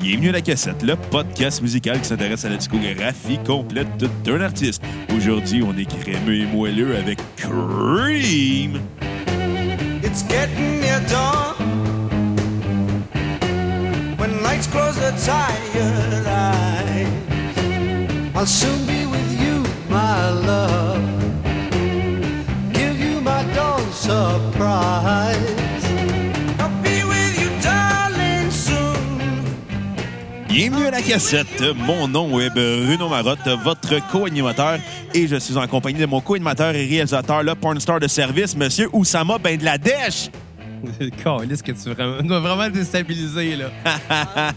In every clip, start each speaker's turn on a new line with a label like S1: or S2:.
S1: Bienvenue à la cassette, le podcast musical qui s'intéresse à la discographie complète de- d'un artiste. Aujourd'hui, on est crémeux et moelleux avec Cream.
S2: It's getting near dawn. When lights close the tired eyes, I'll soon be with you, my love. Give you my dawn surprise. I'll be with you, darling, soon.
S1: Bienvenue à la cassette. Mon nom est Bruno Marotte, votre co-animateur, et je suis en compagnie de mon co-animateur et réalisateur, le pornstar de service, Monsieur Oussama Ben de la Dèche.
S3: Calisse que tu vraiment... dois vraiment déstabiliser, là. Ah.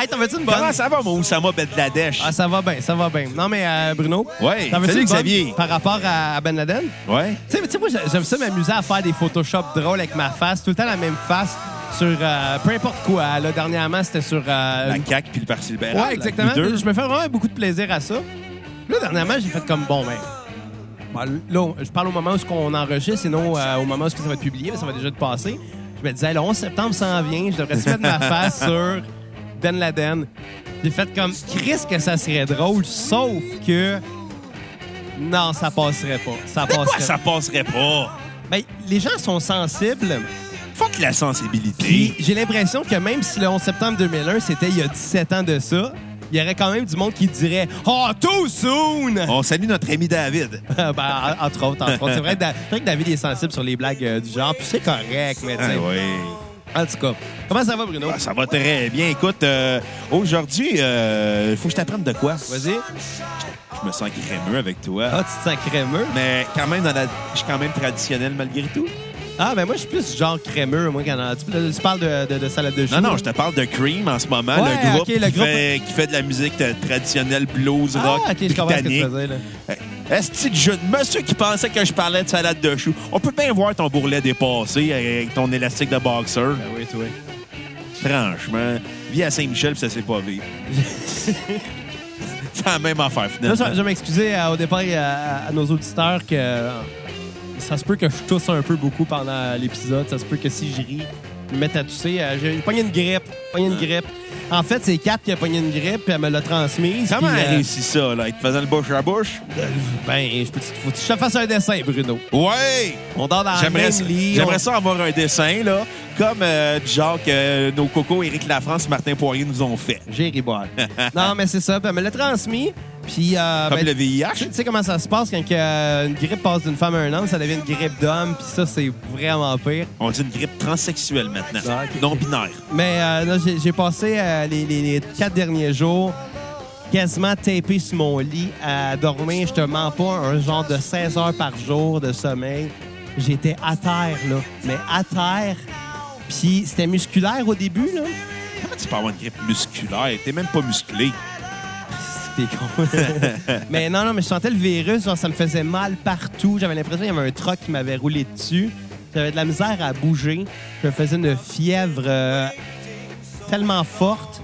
S3: hey, t'en veux-tu une bonne?
S1: Comment ça va, mon Oussama Ben de la Dèche?
S3: Ah, ça va bien, ça va bien. Non, mais euh, Bruno?
S1: Ouais,
S3: T'en veux-tu
S1: salut,
S3: une bonne
S1: Xavier.
S3: Par rapport à, à Ben Laden?
S1: Ouais.
S3: Tu sais, tu sais, moi, j'a- j'aime ça m'amuser à faire des Photoshop drôles avec ma face, tout le temps la même face, sur euh, peu importe quoi. Là, dernièrement, c'était sur... euh,
S1: La
S3: une-
S1: CAQ puis le Parti libéral.
S3: Ouais, exactement.
S1: Les deux.
S3: Je me fais vraiment beaucoup de plaisir à ça. Là, dernièrement, j'ai fait comme, bon, ben... ben, là, on- je parle au moment où on enregistre, sinon euh, au moment où ça va être publié, ça va déjà être passé. Je me disais, hey, le 11 septembre s'en vient, je devrais se mettre ma face sur Ben Laden. J'ai fait comme, Chris, que ça serait drôle, sauf que... Non, ça passerait pas. Ça passerait
S1: Pourquoi ça passerait pas?
S3: Ben, les gens sont sensibles.
S1: Fuck la sensibilité.
S3: Puis j'ai l'impression que même si le 11 septembre 2001, c'était il y a 17 ans de ça, il y aurait quand même du monde qui dirait « Oh, too soon!
S1: On salue notre ami David.
S3: Ben, en- entre autres, entre autres. C'est vrai, que Da- c'est vrai que David est sensible sur les blagues euh, du genre, puis c'est correct, mais tu sais.
S1: Ah, ouais.
S3: En tout cas, comment ça va, Bruno?
S1: Ah, ça va très bien. Écoute, euh, aujourd'hui, euh, il faut que je t'apprenne de quoi.
S3: Vas-y.
S1: Je me sens crémeux avec toi.
S3: Ah, tu te sens crémeux?
S1: Mais quand même, dans la- je suis quand même traditionnel malgré tout.
S3: Ah, ben moi, je suis plus genre crémeux, moi, quand on- tu, tu parles de, de- de salade de choux.
S1: Non, non, je te parle de Cream en ce moment,
S3: Ouais,
S1: le groupe,
S3: ok, le
S1: qui,
S3: groupe-
S1: Fait, qui fait de la musique euh, traditionnelle blues,
S3: Ah,
S1: rock,
S3: OK, je comprends ce que tu
S1: britannique.
S3: faisais, là.
S1: Euh, Esti de jeu de monsieur qui pensait que je parlais de salade de choux. On peut bien voir ton bourrelet dépassé avec ton élastique de boxeur.
S3: Ben oui, toi.
S1: Franchement, vie à Saint-Michel, puis ça s'est pas vu. C'est la même affaire,
S3: Là,
S1: finalement.
S3: je, je vais m'excuser euh, au départ euh, à, à nos auditeurs que euh, ça se peut que je tousse un peu beaucoup pendant l'épisode. Ça se peut que si je ris, je me mette à tousser. Euh, J'ai j'ai pogné une grippe. Pogné une grippe. En fait, c'est Kat qui a pogné une grippe puis elle me l'a transmise.
S1: Comment
S3: puis,
S1: elle
S3: euh,
S1: réussi ça, là? Elle te faisant le bouche à bouche?
S3: Ben, je peux faut que je te fasse un dessin, Bruno.
S1: Ouais!
S3: On dort dans le
S1: J'aimerais
S3: même
S1: ça,
S3: lit.
S1: j'aimerais
S3: on-
S1: ça avoir un dessin, là, comme euh, du genre que euh, nos cocos Éric Lafrance et Martin Poirier nous ont fait.
S3: J'ai ri boire. non, mais c'est ça. Puis elle me l'a transmis. Puis, euh,
S1: Comme
S3: ben,
S1: le
S3: Tu sais-
S1: VIH.
S3: tu sais comment ça se passe quand que, euh, une grippe passe d'une femme à un homme, ça devient une grippe d'homme, puis ça, c'est vraiment pire.
S1: On dit une grippe transsexuelle maintenant,
S3: Ah, ok.
S1: non-binaire.
S3: Mais euh, là, j'ai- j'ai passé euh, les, les- les quatre derniers jours quasiment tapé sur mon lit à dormir. Je te mens pas, un genre de 16 heures par jour de sommeil. J'étais à terre, là. Mais à terre. Puis c'était musculaire au début, là.
S1: Comment tu peux avoir une grippe musculaire? T'es même pas musclé.
S3: T'es con. mais non, non, mais je sentais le virus. Genre, ça me faisait mal partout. J'avais l'impression qu'il y avait un troc qui m'avait roulé dessus. J'avais de la misère à bouger. Je me faisais une fièvre euh, tellement forte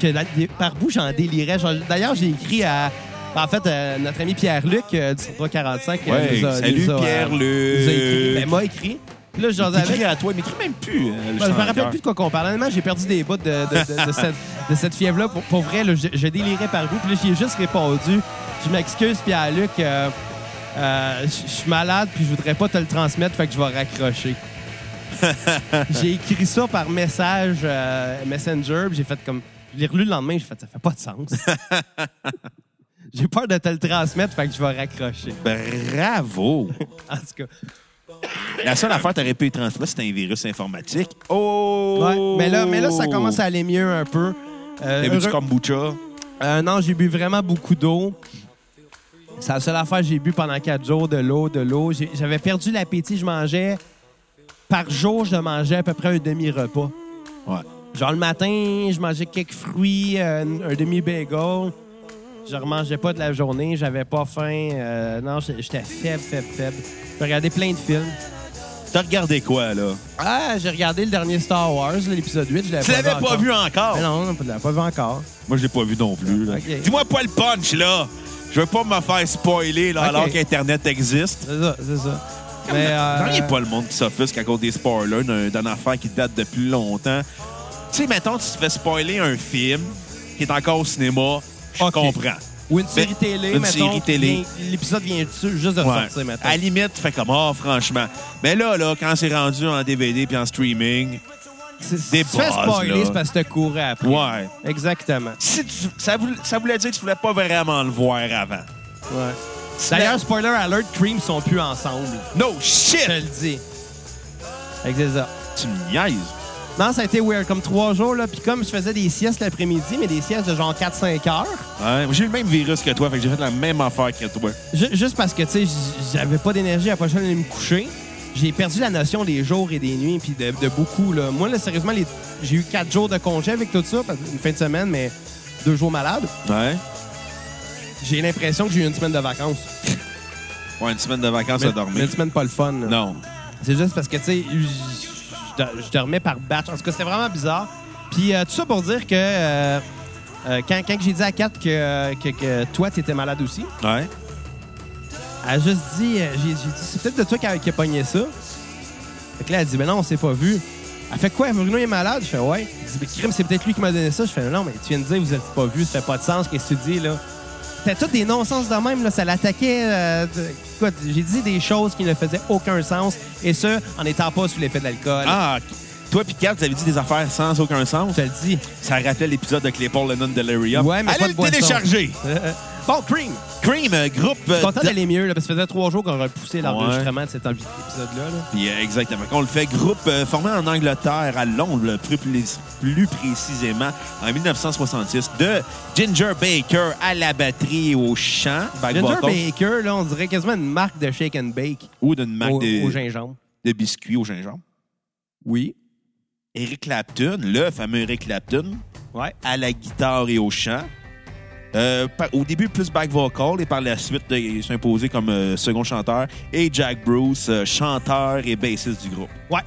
S3: que la- par bout, j'en délirais. Genre, D'ailleurs, j'ai écrit à... En fait, euh, notre ami Pierre-Luc euh, du 345 euh,
S1: Ouais,
S3: nous a-
S1: salut
S3: nous a, euh, nous a écrit. Ben,
S1: Pierre-Luc.
S3: m'a écrit. Puis là, je jasais avec.
S1: Écris à toi, mais écris même plus. euh, le
S3: Ben, je me rappelle
S1: chanteur.
S3: plus de quoi qu'on parlait. Honnêtement, j'ai perdu des bouts de, de- de- de cette, de cette fièvre-là. Pour, pour vrai, là, je, je délirais par vous. Puis là, j'y ai juste répondu. Je m'excuse, Pierre-Luc. euh, euh, je je suis malade, puis je voudrais pas te le transmettre, fait que je vais raccrocher. j'ai écrit ça par message euh, Messenger, puis j'ai fait comme. Je l'ai relu le lendemain, j'ai fait ça fait pas de sens. j'ai peur de te le transmettre, fait que je vais raccrocher.
S1: Bravo!
S3: En tout cas.
S1: La seule affaire que t'aurais pu y transmettre, c'était un virus informatique. Oh!
S3: Ouais. Mais, là, mais là, ça commence à aller mieux un peu. Euh,
S1: T'as vu du
S3: heureux-
S1: kombucha?
S3: Euh, non, j'ai bu vraiment beaucoup d'eau. C'est la seule affaire que j'ai bu pendant quatre jours, de l'eau, de l'eau. J'ai- J'avais perdu l'appétit, je mangeais... Par jour, je mangeais à peu près un demi-repas.
S1: Ouais.
S3: Genre le matin, je mangeais quelques fruits, euh, un demi-bagel. Je remangeais pas de la journée, j'avais pas faim. euh, non, j'- j'étais faible, faible, faible. J'ai regardé plein de films.
S1: T'as regardé quoi, là?
S3: Ah, j'ai regardé le dernier Star Wars, là, l'épisode 8. Je l'avais
S1: Tu l'avais pas
S3: encore.
S1: vu encore?
S3: Mais non, je l'avais pas vu encore.
S1: Moi, je l'ai pas vu non plus. là.
S3: Ok.
S1: Dis-moi pas le punch, là. Je veux pas me faire spoiler là,
S3: Ok.
S1: alors qu'Internet existe.
S3: C'est ça, c'est ça. Mais,
S1: T'en
S3: euh,
S1: viens pas le monde qui s'offusque à cause des spoilers d'un- d'une affaire qui date depuis longtemps. Tu sais, mettons, tu te fais spoiler un film qui est encore au cinéma, je
S3: Ok.
S1: comprends.
S3: Ou une série
S1: Ben,
S3: télé,
S1: une
S3: mettons,
S1: série télé.
S3: qui vient- L'épisode vient dessus juste de
S1: Ouais.
S3: sortir, mettons.
S1: À la limite, tu fais comme, oh, franchement. Mais là, là, quand c'est rendu en DVD puis en streaming,
S3: C'est- si
S1: des
S3: tu te fais
S1: bases,
S3: spoiler,
S1: là.
S3: c'est parce que tu couru après.
S1: ouais.
S3: Exactement.
S1: Si tu- ça, voulait, ça voulait dire que tu voulais pas vraiment le voir avant.
S3: Ouais. D'ailleurs, spoiler alert, Cream sont plus ensemble.
S1: no
S3: Je te
S1: shit!
S3: le dis. Fait que c'est ça.
S1: Tu me niaises.
S3: Non, ça a été weird, comme trois jours, là. Puis comme je faisais des siestes l'après-midi, mais des siestes de genre 4-5 heures,
S1: Ouais, j'ai eu le même virus que toi, fait que j'ai fait la même affaire que toi.
S3: Ju- juste parce que, tu sais, j- j'avais pas d'énergie à la prochaine d'aller me coucher. J'ai perdu la notion des jours et des nuits, puis de, de beaucoup. Là. Moi, là, sérieusement, les- j'ai eu quatre jours de congé avec tout ça, parce- une fin de semaine, mais deux jours malade.
S1: Ouais.
S3: J'ai l'impression que j'ai eu une semaine de vacances.
S1: Ouais, une semaine de vacances à
S3: Mais- mais
S1: dormir.
S3: une semaine pas le fun. là.
S1: Non.
S3: C'est juste parce que, tu sais, je- je do- je dormais par batch. En tout cas, c'était vraiment bizarre. Puis euh, tout ça pour dire que euh, euh, quand, quand j'ai dit à Kat que, que, que toi, t'étais malade aussi,
S1: Ouais.
S3: Elle a juste dit, euh, j'ai j'ai dit, c'est peut-être de toi qui a, qui a pogné ça. Fait que là, elle dit, mais non, on s'est pas vu. Elle fait quoi? Bruno est malade? Je fais, ouais. Elle dit, mais crime, c'est peut-être lui qui m'a donné ça. Je fais, non, mais tu viens de dire, vous êtes pas vu, ça fait pas de sens, qu'est-ce que tu dis, là? C'était tout des non-sens de même, là. Ça l'attaquait. euh, de- quoi, j'ai dit des choses qui ne faisaient aucun sens, et ce, en n'étant pas sous l'effet de l'alcool.
S1: Ah, toi pis Kat, vous avez dit des affaires sans aucun sens.
S3: Je te le dis.
S1: Ça rappelait l'épisode de Claypool Lennon Delirium.
S3: Ouais, mais
S1: Allez
S3: pas de
S1: le
S3: boisson.
S1: télécharger!
S3: Bon, Cream!
S1: Cream, euh, groupe... euh,
S3: Je suis content
S1: de-
S3: d'aller mieux, là, parce que ça faisait trois jours qu'on repoussait l'enregistrement de cet envi- épisode-là. là.
S1: Yeah, euh, exactement. On le fait groupe euh, formé en Angleterre, à Londres, le plus, plus- plus précisément, en 1966, de Ginger Baker à la batterie et au chant, back
S3: Ginger
S1: vocals,
S3: Baker, là, on dirait quasiment une marque de shake and bake.
S1: ou d'une marque
S3: au, au
S1: de,
S3: gingembre.
S1: de biscuits au gingembre.
S3: Oui.
S1: Eric Clapton, le fameux Eric Clapton,
S3: Ouais.
S1: à la guitare et au chant. Euh, par- au début, plus back vocal et par la suite, euh, il s'est imposé comme euh, second chanteur. Et Jack Bruce, euh, chanteur et bassiste du groupe.
S3: Ouais.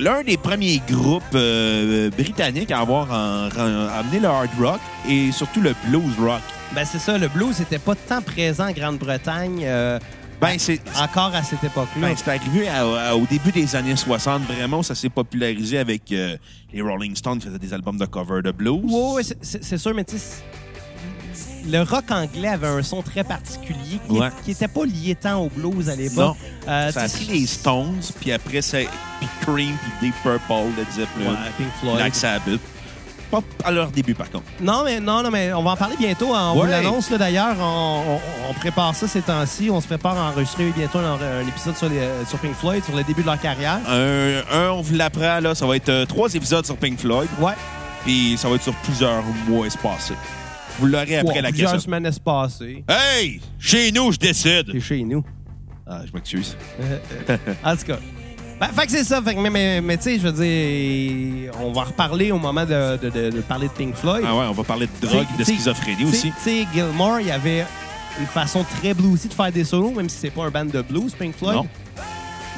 S1: l'un des premiers groupes euh, britanniques à avoir en- en- amené le hard rock et surtout le blues rock.
S3: Ben, c'est ça, le blues n'était pas tant présent en Grande-Bretagne euh,
S1: Ben, c'est.
S3: encore à cette époque-là.
S1: ben, c'est arrivé à- à- au début des années 60, vraiment, ça s'est popularisé avec euh, les Rolling Stones qui faisaient des albums de cover de blues.
S3: Ouais, ouais, Oh, c'est- c'est c'est sûr, mais tu sais, c'est- le rock anglais avait un son très particulier qui
S1: Ouais.
S3: n'était pas lié tant au blues à
S1: Non.
S3: l'époque. Euh,
S1: Ça a
S3: tu sais,
S1: pris les Stones, puis après, c'est puis Cream, puis Deep Purple, Led Zeppelin,
S3: Ouais, Pink Floyd.
S1: Black Sabbath. Pas à leur début, par contre.
S3: Non, mais non, non, mais on va en parler bientôt. hein. On vous
S1: Ouais.
S3: l'annonce là, d'ailleurs. On, on- on prépare ça ces temps-ci. On se prépare à enregistrer bientôt un, un épisode sur, les- euh, sur Pink Floyd, sur le début de leur carrière.
S1: Un, un, on vous l'apprend, là, ça va être euh, trois épisodes sur Pink Floyd.
S3: Ouais.
S1: Puis ça va être sur plusieurs mois espacés. Vous l'aurez après
S3: Ouais,
S1: la
S3: plusieurs
S1: question.
S3: semaines espacées.
S1: Hey! Chez nous, je décide!
S3: C'est chez nous.
S1: Ah, je m'excuse.
S3: En tout cas. Ben, fait que c'est ça. Fait que, mais mais, mais tu sais, je veux dire, on va reparler au moment de, de- de- de parler de Pink Floyd.
S1: Ah ouais, on va parler de drogue,
S3: T'sais,
S1: de
S3: t'sais,
S1: schizophrénie
S3: t'sais,
S1: aussi.
S3: Tu sais, Gilmore, il y avait une façon très bluesy de faire des solos, même si c'est pas un band de blues, Pink Floyd.
S1: Non.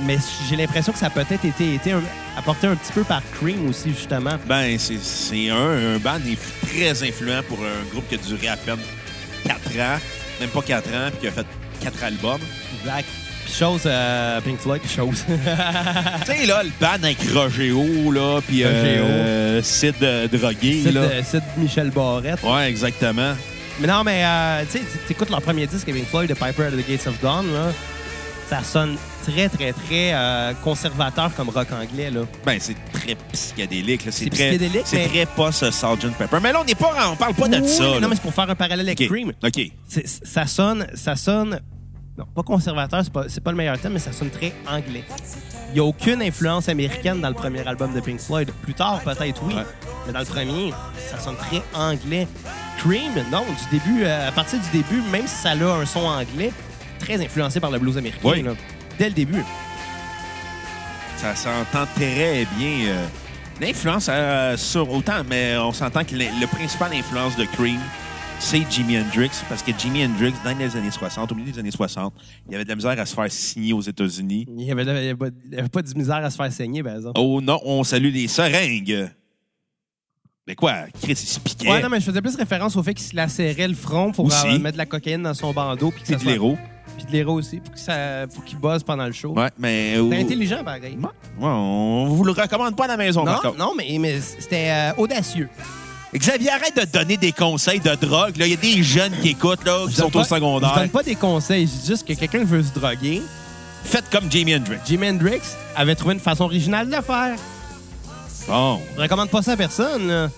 S3: Mais j'ai l'impression que ça a peut-être été, été un- apporté un petit peu par Cream aussi, justement.
S1: Ben, c'est- c'est un, un band est très influent pour un groupe qui a duré à peine 4 ans, même pas 4 ans, puis qui a fait 4 albums.
S3: Black. Puis chose, euh, Pink Floyd, puis chose. Ah.
S1: tu sais, là, le band avec Rogéo, là, puis euh, Sid euh, Drogué,
S3: c'est
S1: là.
S3: de, c'est de Michel Barrette.
S1: Ouais, exactement.
S3: Mais non, mais euh, tu sais, tu- t'écoutes leur premier disque, Pink Floyd, de Piper at the Gates of Dawn, là, ça sonne très, très, très euh, conservateur comme rock anglais, là.
S1: Ben, c'est très psychédélique. là.
S3: C'est
S1: C'est très,
S3: psychédélique,
S1: C'est
S3: mais-
S1: très post Sgt Pepper. Mais là, on n'est pas, on parle pas de
S3: Oui,
S1: ça.
S3: mais
S1: là.
S3: Non, mais c'est pour faire un parallèle avec
S1: OK.
S3: Cream.
S1: OK.
S3: C'est- Ça sonne, ça sonne, non, pas conservateur, c'est pas, c'est pas le meilleur terme, mais ça sonne très anglais. Il n'y a aucune influence américaine dans le premier album de Pink Floyd. Plus tard, peut-être, oui.
S1: Ouais.
S3: Mais dans le premier, ça sonne très anglais. Cream, non, du début, euh, à partir du début, même si ça a un son anglais, très influencé par le blues américain.
S1: Oui.
S3: là. dès le début.
S1: Ça s'entend très bien. euh, L'influence euh, sur autant, mais on s'entend que le, le principal influence de Cream, c'est Jimi Hendrix, parce que Jimi Hendrix, dans les années 60, au milieu des années 60, il avait de la misère à se faire signer aux États-Unis.
S3: Il n'y avait, il y avait pas- il y avait pas de misère à se faire saigner, par exemple.
S1: Oh non, on salue les seringues. Mais quoi, Chris, il se piquait.
S3: Ouais, non, mais je faisais plus référence au fait qu'il se lacérait le front pour
S1: Aussi.
S3: euh, mettre de la cocaïne dans son bandeau. puis que
S1: c'est
S3: ça
S1: de
S3: soit-
S1: l'héros.
S3: Puis de l'héros aussi, pour que ça- pour qu'ils bossent pendant le show.
S1: Ouais, mais. oh.
S3: C'est intelligent, pareil.
S1: Ouais, on vous le recommande pas à la maison, par
S3: Non,
S1: contre.
S3: non, mais, mais c'était euh, audacieux.
S1: Xavier, arrête de donner des conseils de drogue. là. Il y a des jeunes qui écoutent, là, qui
S3: Je donne
S1: sont au
S3: pas- Je
S1: secondaire.
S3: donne pas des conseils, je dis juste que quelqu'un veut se droguer.
S1: Faites comme Jimi Hendrix.
S3: Jim Hendrix avait trouvé une façon originale de le faire.
S1: Bon.
S3: Je recommande pas ça à personne. là.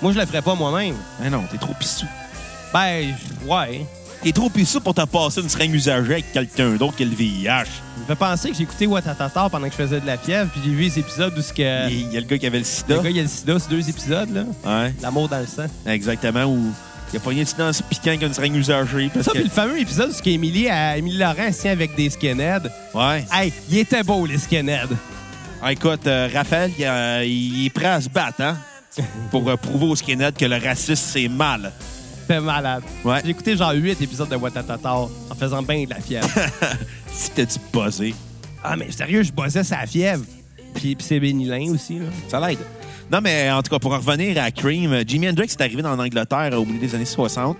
S3: Moi, je le ferais pas moi-même.
S1: Mais non, t'es trop pissou.
S3: Ben, je- ouais.
S1: T'es trop pissou pour te passer une seringue usagée avec quelqu'un d'autre qui a le VIH.
S3: Je me fait penser que j'écoutais Watatata pendant que je faisais de la fièvre, puis j'ai vu les épisodes où ce que
S1: Il il y a le gars qui avait le sida.
S3: Euh. le gars, il y a le sida, c'est deux épisodes, là.
S1: Ouais,
S3: L'amour dans le sang.
S1: exactement. Où il a pogné le sida en se piquant avec une seringue usagée. Parce
S3: Ça,
S1: que...
S3: puis le fameux épisode où ce qu'Émilie à Émilie Laurent s'y avec des skinheads.
S1: Ouais.
S3: Hey, il était beau, les skinheads.
S1: Ah, écoute, euh, Raphaël, il, euh, il est prêt à se battre, hein? Pour euh, prouver aux skinheads que le racisme, c'est mal.
S3: C'était malade.
S1: Ouais.
S3: J'ai écouté genre huit épisodes de Watatata en faisant bien de la fièvre.
S1: Si t'as dû buzzer,
S3: ah, mais sérieux, je bossais sa fièvre. Puis, puis c'est bénilin aussi, là.
S1: ça l'aide. Non, mais en tout cas, pour en revenir à Cream, euh, Jimi Hendrix est arrivé en Angleterre euh, au milieu des années 60,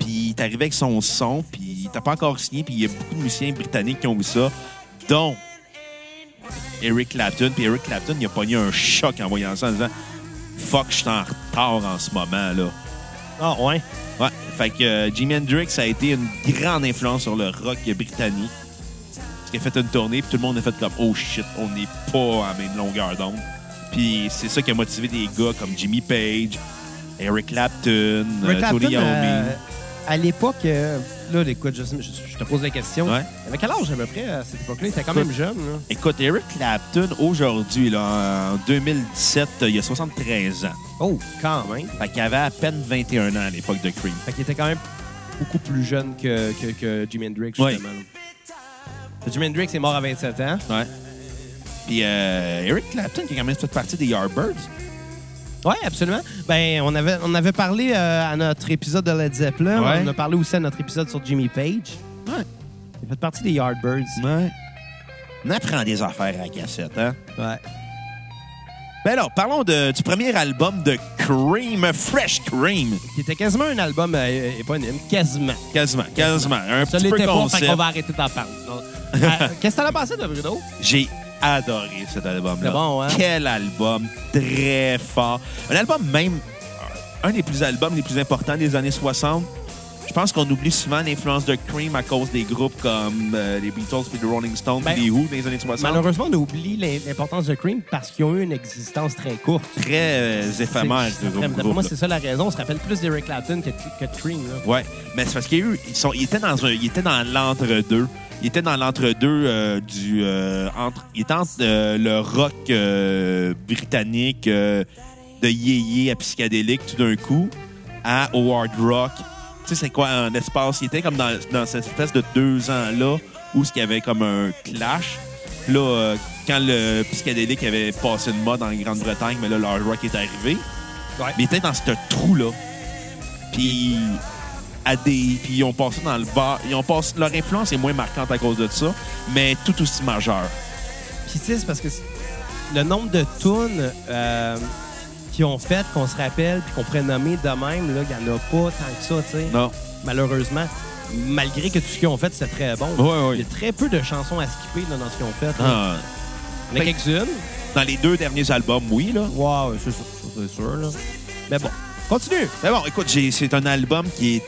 S1: puis il est arrivé avec son son, puis il t'a pas encore signé, puis il y a beaucoup de musiciens britanniques qui ont vu ça, dont Eric Clapton. Puis Eric Clapton, il a pogné un choc en voyant ça en disant « Fuck, je suis en retard en ce moment, là ».
S3: Ah, ouais.
S1: Ouais, fait que euh, Jimi Hendrix a été une grande influence sur le rock britannique. Parce qu'il a fait une tournée, puis tout le monde a fait comme Oh shit, on n'est pas à la même longueur d'onde. Puis c'est ça qui a motivé des gars comme Jimmy Page, Eric Clapton, euh,
S3: Rick Clapton,
S1: Tony Iommi.
S3: euh, à l'époque, euh, là, écoute, je, je- je te pose la question.
S1: Ouais.
S3: Il avait quel âge à peu près à cette époque-là? Il était quand même jeune. Là.
S1: Écoute, Eric Clapton, aujourd'hui, là, en 2017, euh, il a 73 ans.
S3: Oh, quand même.
S1: Fait qu'il avait à peine 21 ans à l'époque de Cream.
S3: Fait qu'il était quand même beaucoup plus jeune que, que, que Jimi Hendrix,
S1: Ouais.
S3: justement. là. Jimi Hendrix est mort à 27 ans.
S1: Ouais. Puis euh, Eric Clapton, qui a quand même fait partie des Yardbirds.
S3: Oui, absolument. Ben, on avait, on avait parlé euh, à notre épisode de Led Zeppelin.
S1: Ouais.
S3: On a parlé aussi à notre épisode sur Jimmy Page.
S1: Ouais.
S3: Il fait partie des Yardbirds.
S1: Ouais. On apprend des affaires à la cassette, hein?
S3: Ouais.
S1: Ben alors, parlons de- du premier album de Cream, Fresh Cream.
S3: Qui était quasiment un album euh, éponyme. Quasiment.
S1: Quasiment, quasiment. Un
S3: Ça
S1: petit peu
S3: l'était pas, fait
S1: concept.
S3: qu'on va arrêter d'en parler. Non. Euh, Qu'est-ce que t'en as pensé de Bruno?
S1: J'ai adoré cet album-là.
S3: C'est bon, hein?
S1: Quel album très fort. Un album même, un des plus albums les plus importants des années 60. Je pense qu'on oublie souvent l'influence de Cream à cause des groupes comme euh, les Beatles, puis les Rolling Stones, puis
S3: Ben,
S1: les Who dans les années 60.
S3: Malheureusement, on oublie l'im- l'importance de Cream parce qu'ils ont eu une existence très courte.
S1: Très euh, éphémère,
S3: C'est-
S1: ce
S3: c'est-
S1: groupe.
S3: Pour moi, c'est ça la raison. On se rappelle plus d'Eric Clapton que, que de Cream. là.
S1: Ouais, mais c'est parce qu'il y a eu, ils sont, ils étaient dans un, ils étaient dans l'entre-deux. Ils étaient dans l'entre-deux euh, du, euh, entre, ils étaient entre euh, le rock euh, britannique euh, de yéyé à psychédélique tout d'un coup à au hard rock. Tu sais, c'est quoi un espace? Ils étaient comme dans, dans cette espèce de deux ans là où ce qu'il y avait comme un clash. Puis Là, euh, quand le psychédélique avait passé de mode en Grande-Bretagne, mais là, le hard rock est arrivé. Mais ils étaient dans ce trou-là. Puis, à des, puis ils ont passé dans le bar. Ils ont passé, leur influence est moins marquante à cause de ça, mais tout aussi majeure.
S3: Puis tu sais, c'est parce que c'est- le nombre de tunes euh, qu'ils ont faites, qu'on se rappelle, puis qu'on pourrait nommer de même, là, il n'y en a pas tant que ça, tu sais.
S1: Non.
S3: Malheureusement. Malgré que tout ce qu'ils ont fait, c'était très bon.
S1: Ouais, ouais.
S3: Il y a très peu de chansons à skipper là, dans ce qu'ils ont fait. là.
S1: Ah.
S3: Il y en a quelques-unes.
S1: Dans les deux derniers albums, oui, là.
S3: Wow, c'est sûr, c'est sûr, là. Mais bon, continue.
S1: Mais bon, écoute, j'ai- c'est un album qui est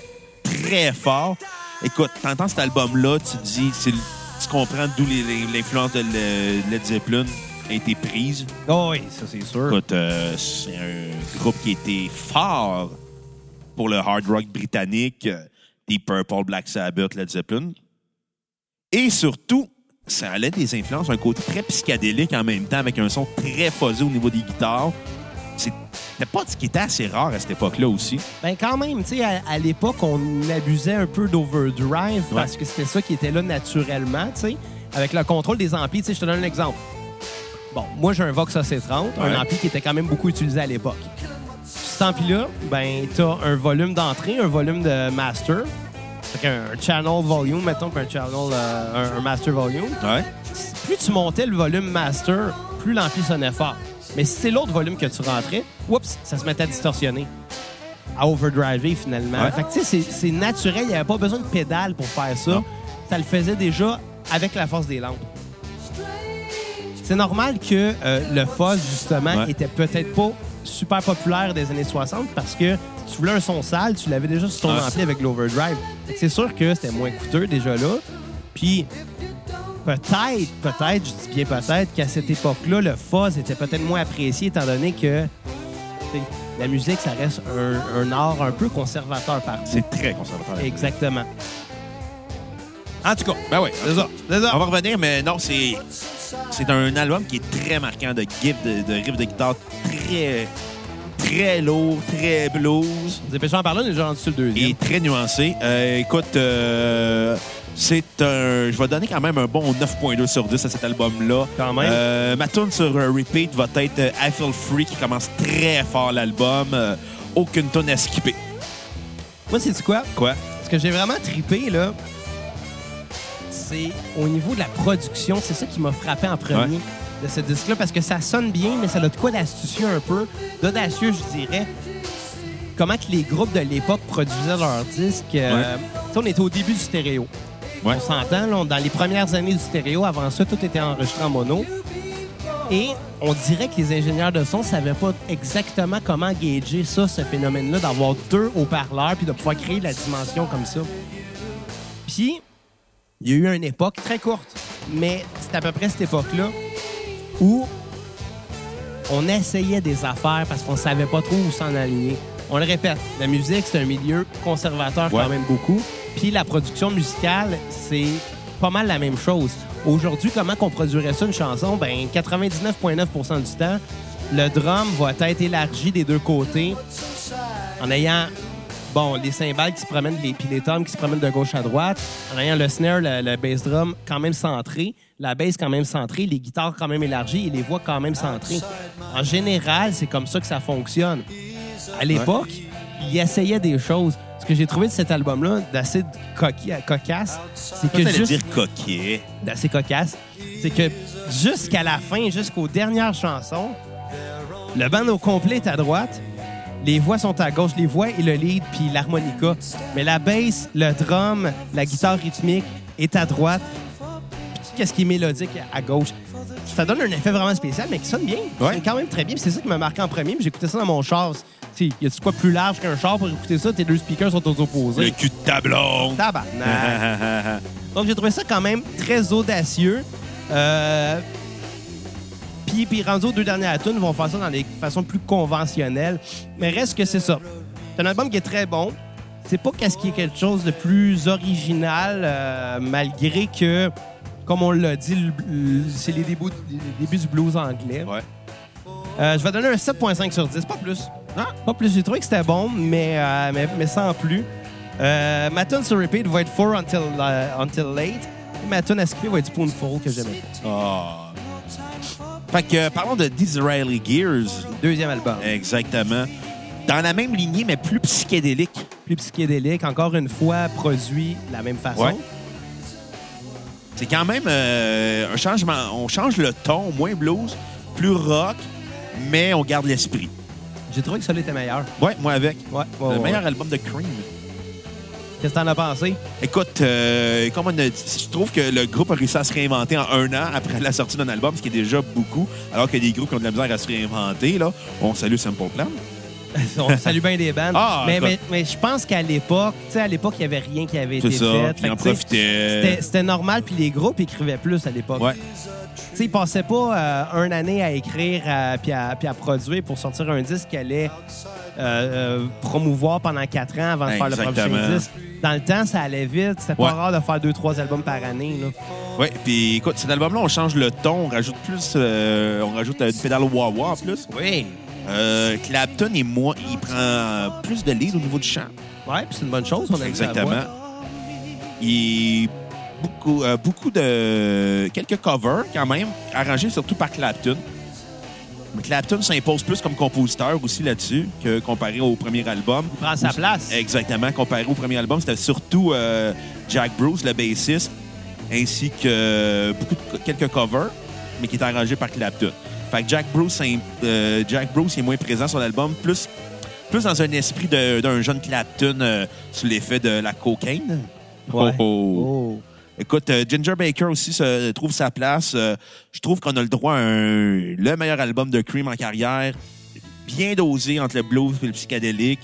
S1: très fort. Écoute, t'entends cet album-là, tu te dis, c'est le- tu comprends d'où les- les- l'influence de le- Led Zeppelin a été prise.
S3: Oh oui, ça c'est sûr.
S1: Écoute, euh, c'est un groupe qui était fort pour le hard rock britannique, euh, Deep Purple, Black Sabbath, Led Zeppelin. Et surtout, ça allait des influences, un côté très psychédélique en même temps, avec un son très fuzzy au niveau des guitares. C'est- C'était pas ce qui était assez rare à cette époque-là aussi.
S3: Ben quand même, tu sais, à, à l'époque, on abusait un peu d'overdrive parce que c'était ça qui était là naturellement, tu sais, avec le contrôle des amplis. Tu sais, je te donne un exemple. Bon, moi, j'ai un Vox AC30,
S1: Ouais.
S3: un ampli qui était quand même beaucoup utilisé à l'époque. Cet ampli-là, ben, t'as un volume d'entrée, un volume de master, fait un channel volume, mettons, puis un channel, euh, un- un master volume.
S1: Ouais.
S3: plus tu montais le volume master, plus l'ampli sonnait fort. Mais si c'est l'autre volume que tu rentrais, oups, ça se mettait à distorsionner, à overdriver finalement.
S1: Ouais.
S3: Fait que tu sais, c'est- c'est naturel, il n'y avait pas besoin de pédale pour faire ça.
S1: Non.
S3: ça le faisait déjà avec la force des lampes. C'est normal que euh, le fuzz, justement,
S1: Ouais.
S3: était peut-être pas super populaire des années 60 parce que si tu voulais un son sale, tu l'avais déjà sur ton
S1: Ah.
S3: ampli avec l'overdrive. Fait que C'est sûr que c'était moins coûteux déjà là. Puis peut-être, peut-être, je dis bien peut-être, qu'à cette époque-là, le fuzz était peut-être moins apprécié étant donné que tu sais, la musique, ça reste un, un art un peu conservateur par
S1: C'est très conservateur.
S3: Exactement. En tout cas,
S1: Ben oui.
S3: c'est ça. C'est ça.
S1: On va revenir, mais non, c'est c'est un album qui est très marquant de riffs de, de riff de guitare très très lourd, très blues
S3: Dépêchons en parlant, on est déjà rendu sur le
S1: et
S3: deuxième.
S1: très nuancé. Euh, écoute, euh, c'est un, je vais donner quand même un bon 9.2 sur 10 à cet album-là.
S3: Quand même.
S1: Euh, ma tune sur euh, repeat va être euh, I Feel Free qui commence très fort l'album. Euh, aucune tune à skipper.
S3: Moi, c'est quoi?
S1: Quoi?
S3: Ce que j'ai vraiment trippé, là, c'est au niveau de la production. C'est ça qui m'a frappé en premier
S1: Ouais.
S3: de ce disque-là, parce que ça sonne bien, mais ça a de quoi d'astucieux un peu, d'audacieux, je dirais. Comment que les groupes de l'époque produisaient leurs disques. euh,
S1: Ouais.
S3: tu sais, On était au début du stéréo.
S1: Ouais.
S3: On s'entend, là, on- dans les premières années du stéréo, avant ça, tout était enregistré en mono. Et on dirait que les ingénieurs de son ne savaient pas exactement comment gager ça, ce phénomène-là, d'avoir deux haut-parleurs puis de pouvoir créer la dimension comme ça. Puis, il y a eu une époque très courte, mais c'est à peu près cette époque-là où on essayait des affaires parce qu'on savait pas trop où s'en aligner. On le répète, la musique, c'est un milieu conservateur
S1: Ouais.
S3: quand même beaucoup. Puis la production musicale, c'est pas mal la même chose. Aujourd'hui, comment qu'on produirait ça, une chanson? Ben, 99,9 du temps, le drum va être élargi des deux côtés en ayant bon, les cymbales qui se promènent, les, puis les tomes qui se promènent de gauche à droite, en ayant le snare, le, le bass drum quand même centré, la bass quand même centrée, les guitares quand même élargies et les voix quand même centrées. En général, c'est comme ça que ça fonctionne. À l'époque, il essayait des choses. Ce que j'ai trouvé de cet album-là, d'assez coqui- cocasse, c'est que
S1: Qu'est-ce que
S3: juste
S1: dire coquet?
S3: d'assez cocasse, c'est que jusqu'à la fin, jusqu'aux dernières chansons, le band au complet est à droite, les voix sont à gauche, les voix et le lead, puis l'harmonica. Mais la bass, le drum, la guitare rythmique est à droite. Puis Qu'est-ce qui est mélodique à gauche? Ça donne un effet vraiment spécial, mais qui sonne bien.
S1: Ouais.
S3: C'est quand même très bien. puis C'est ça qui m'a marqué en premier. puis J'écoutais ça dans mon char. Il y a quoi de plus large qu'un char pour écouter ça? Tes deux speakers sont aux
S1: Le
S3: opposés.
S1: cul de ta blonde.
S3: Tabarnak! Donc, j'ai trouvé ça quand même très audacieux. Euh, Puis, puis rendu aux deux dernières tunes, ils vont faire ça dans des façons plus conventionnelles. Mais reste que c'est ça. C'est un album qui est très bon. C'est pas qu'est-ce qui est quelque chose de plus original, euh, malgré que, comme on l'a dit, le- le- c'est les débuts, les débuts du blues anglais.
S1: Ouais.
S3: Euh, je vais donner un 7.5 sur 10, pas plus.
S1: Ah.
S3: Pas plus. J'ai trouvé que c'était bon, mais, euh, mais, mais sans plus. Euh, ma tune sur repeat va être 4 until, euh, until late. Et ma tune à skipper va être Spoonful que j'aimais.
S1: Ah. Fait que euh, parlons de Disraeli Gears.
S3: Deuxième album.
S1: Exactement. Dans la même lignée, mais plus psychédélique.
S3: Plus psychédélique, encore une fois produit de la même façon.
S1: Ouais. C'est quand même euh, un changement. On change le ton, moins blues, plus rock, mais on garde l'esprit.
S3: J'ai trouvé que celui-là était meilleur.
S1: Ouais, moi avec.
S3: Ouais, ouais,
S1: le
S3: ouais,
S1: meilleur
S3: ouais.
S1: album de Cream.
S3: Qu'est-ce que t'en as pensé?
S1: Écoute, euh, comme on a dit, je trouve que le groupe a réussi à se réinventer en un an après la sortie d'un album, ce qui est déjà beaucoup, alors que des groupes qui ont de la misère à se réinventer, là, on salue Simple Plan.
S3: On salue bien des bandes.
S1: Ah,
S3: mais
S1: écoute.
S3: mais, mais je pense qu'à l'époque, tu sais, à l'époque, il n'y avait rien qui avait été
S1: C'est
S3: fait.
S1: ça,
S3: Fait
S1: puis
S3: que,
S1: en
S3: tu sais,
S1: profitaient.
S3: C'était c'était normal, puis les groupes écrivaient plus à l'époque.
S1: Ouais.
S3: Tu sais, ils passaient pas euh, un année à écrire euh, puis à, puis à produire pour sortir un disque qu'ils allaient euh, euh, promouvoir pendant quatre ans avant de faire le
S1: Exactement.
S3: prochain disque. Dans le temps, ça allait vite. C'était pas
S1: Ouais.
S3: rare de faire deux, trois albums par année. là.
S1: Oui, puis écoute, cet album-là, on change le ton, on rajoute plus, euh, on rajoute une pédale wah-wah en plus.
S3: Oui.
S1: Euh, Clapton et moi, il prend euh, plus de lead au niveau du chant.
S3: Ouais, puis c'est une bonne chose. On a dit ça à la
S1: Exactement.
S3: voix.
S1: Il beaucoup, euh, beaucoup de quelques covers quand même, arrangés surtout par Clapton. Mais Clapton s'impose plus comme compositeur aussi là-dessus que comparé au premier album.
S3: Il prend sa place.
S1: Exactement. Comparé au premier album, c'était surtout euh, Jack Bruce, le bassiste, ainsi que euh, beaucoup de- quelques covers, mais qui étaient arrangés par Clapton. Fait que Jack Bruce, c'est- euh, Jack Bruce est moins présent sur l'album, plus, plus dans un esprit de- d'un jeune Clapton euh, sous l'effet de la cocaïne.
S3: Ouais.
S1: Oh, oh.
S3: Oh.
S1: Écoute, euh, Ginger Baker aussi se- trouve sa place. Euh, je trouve qu'on a le droit à un- le meilleur album de Cream en carrière, bien dosé entre le blues et le psychédélique.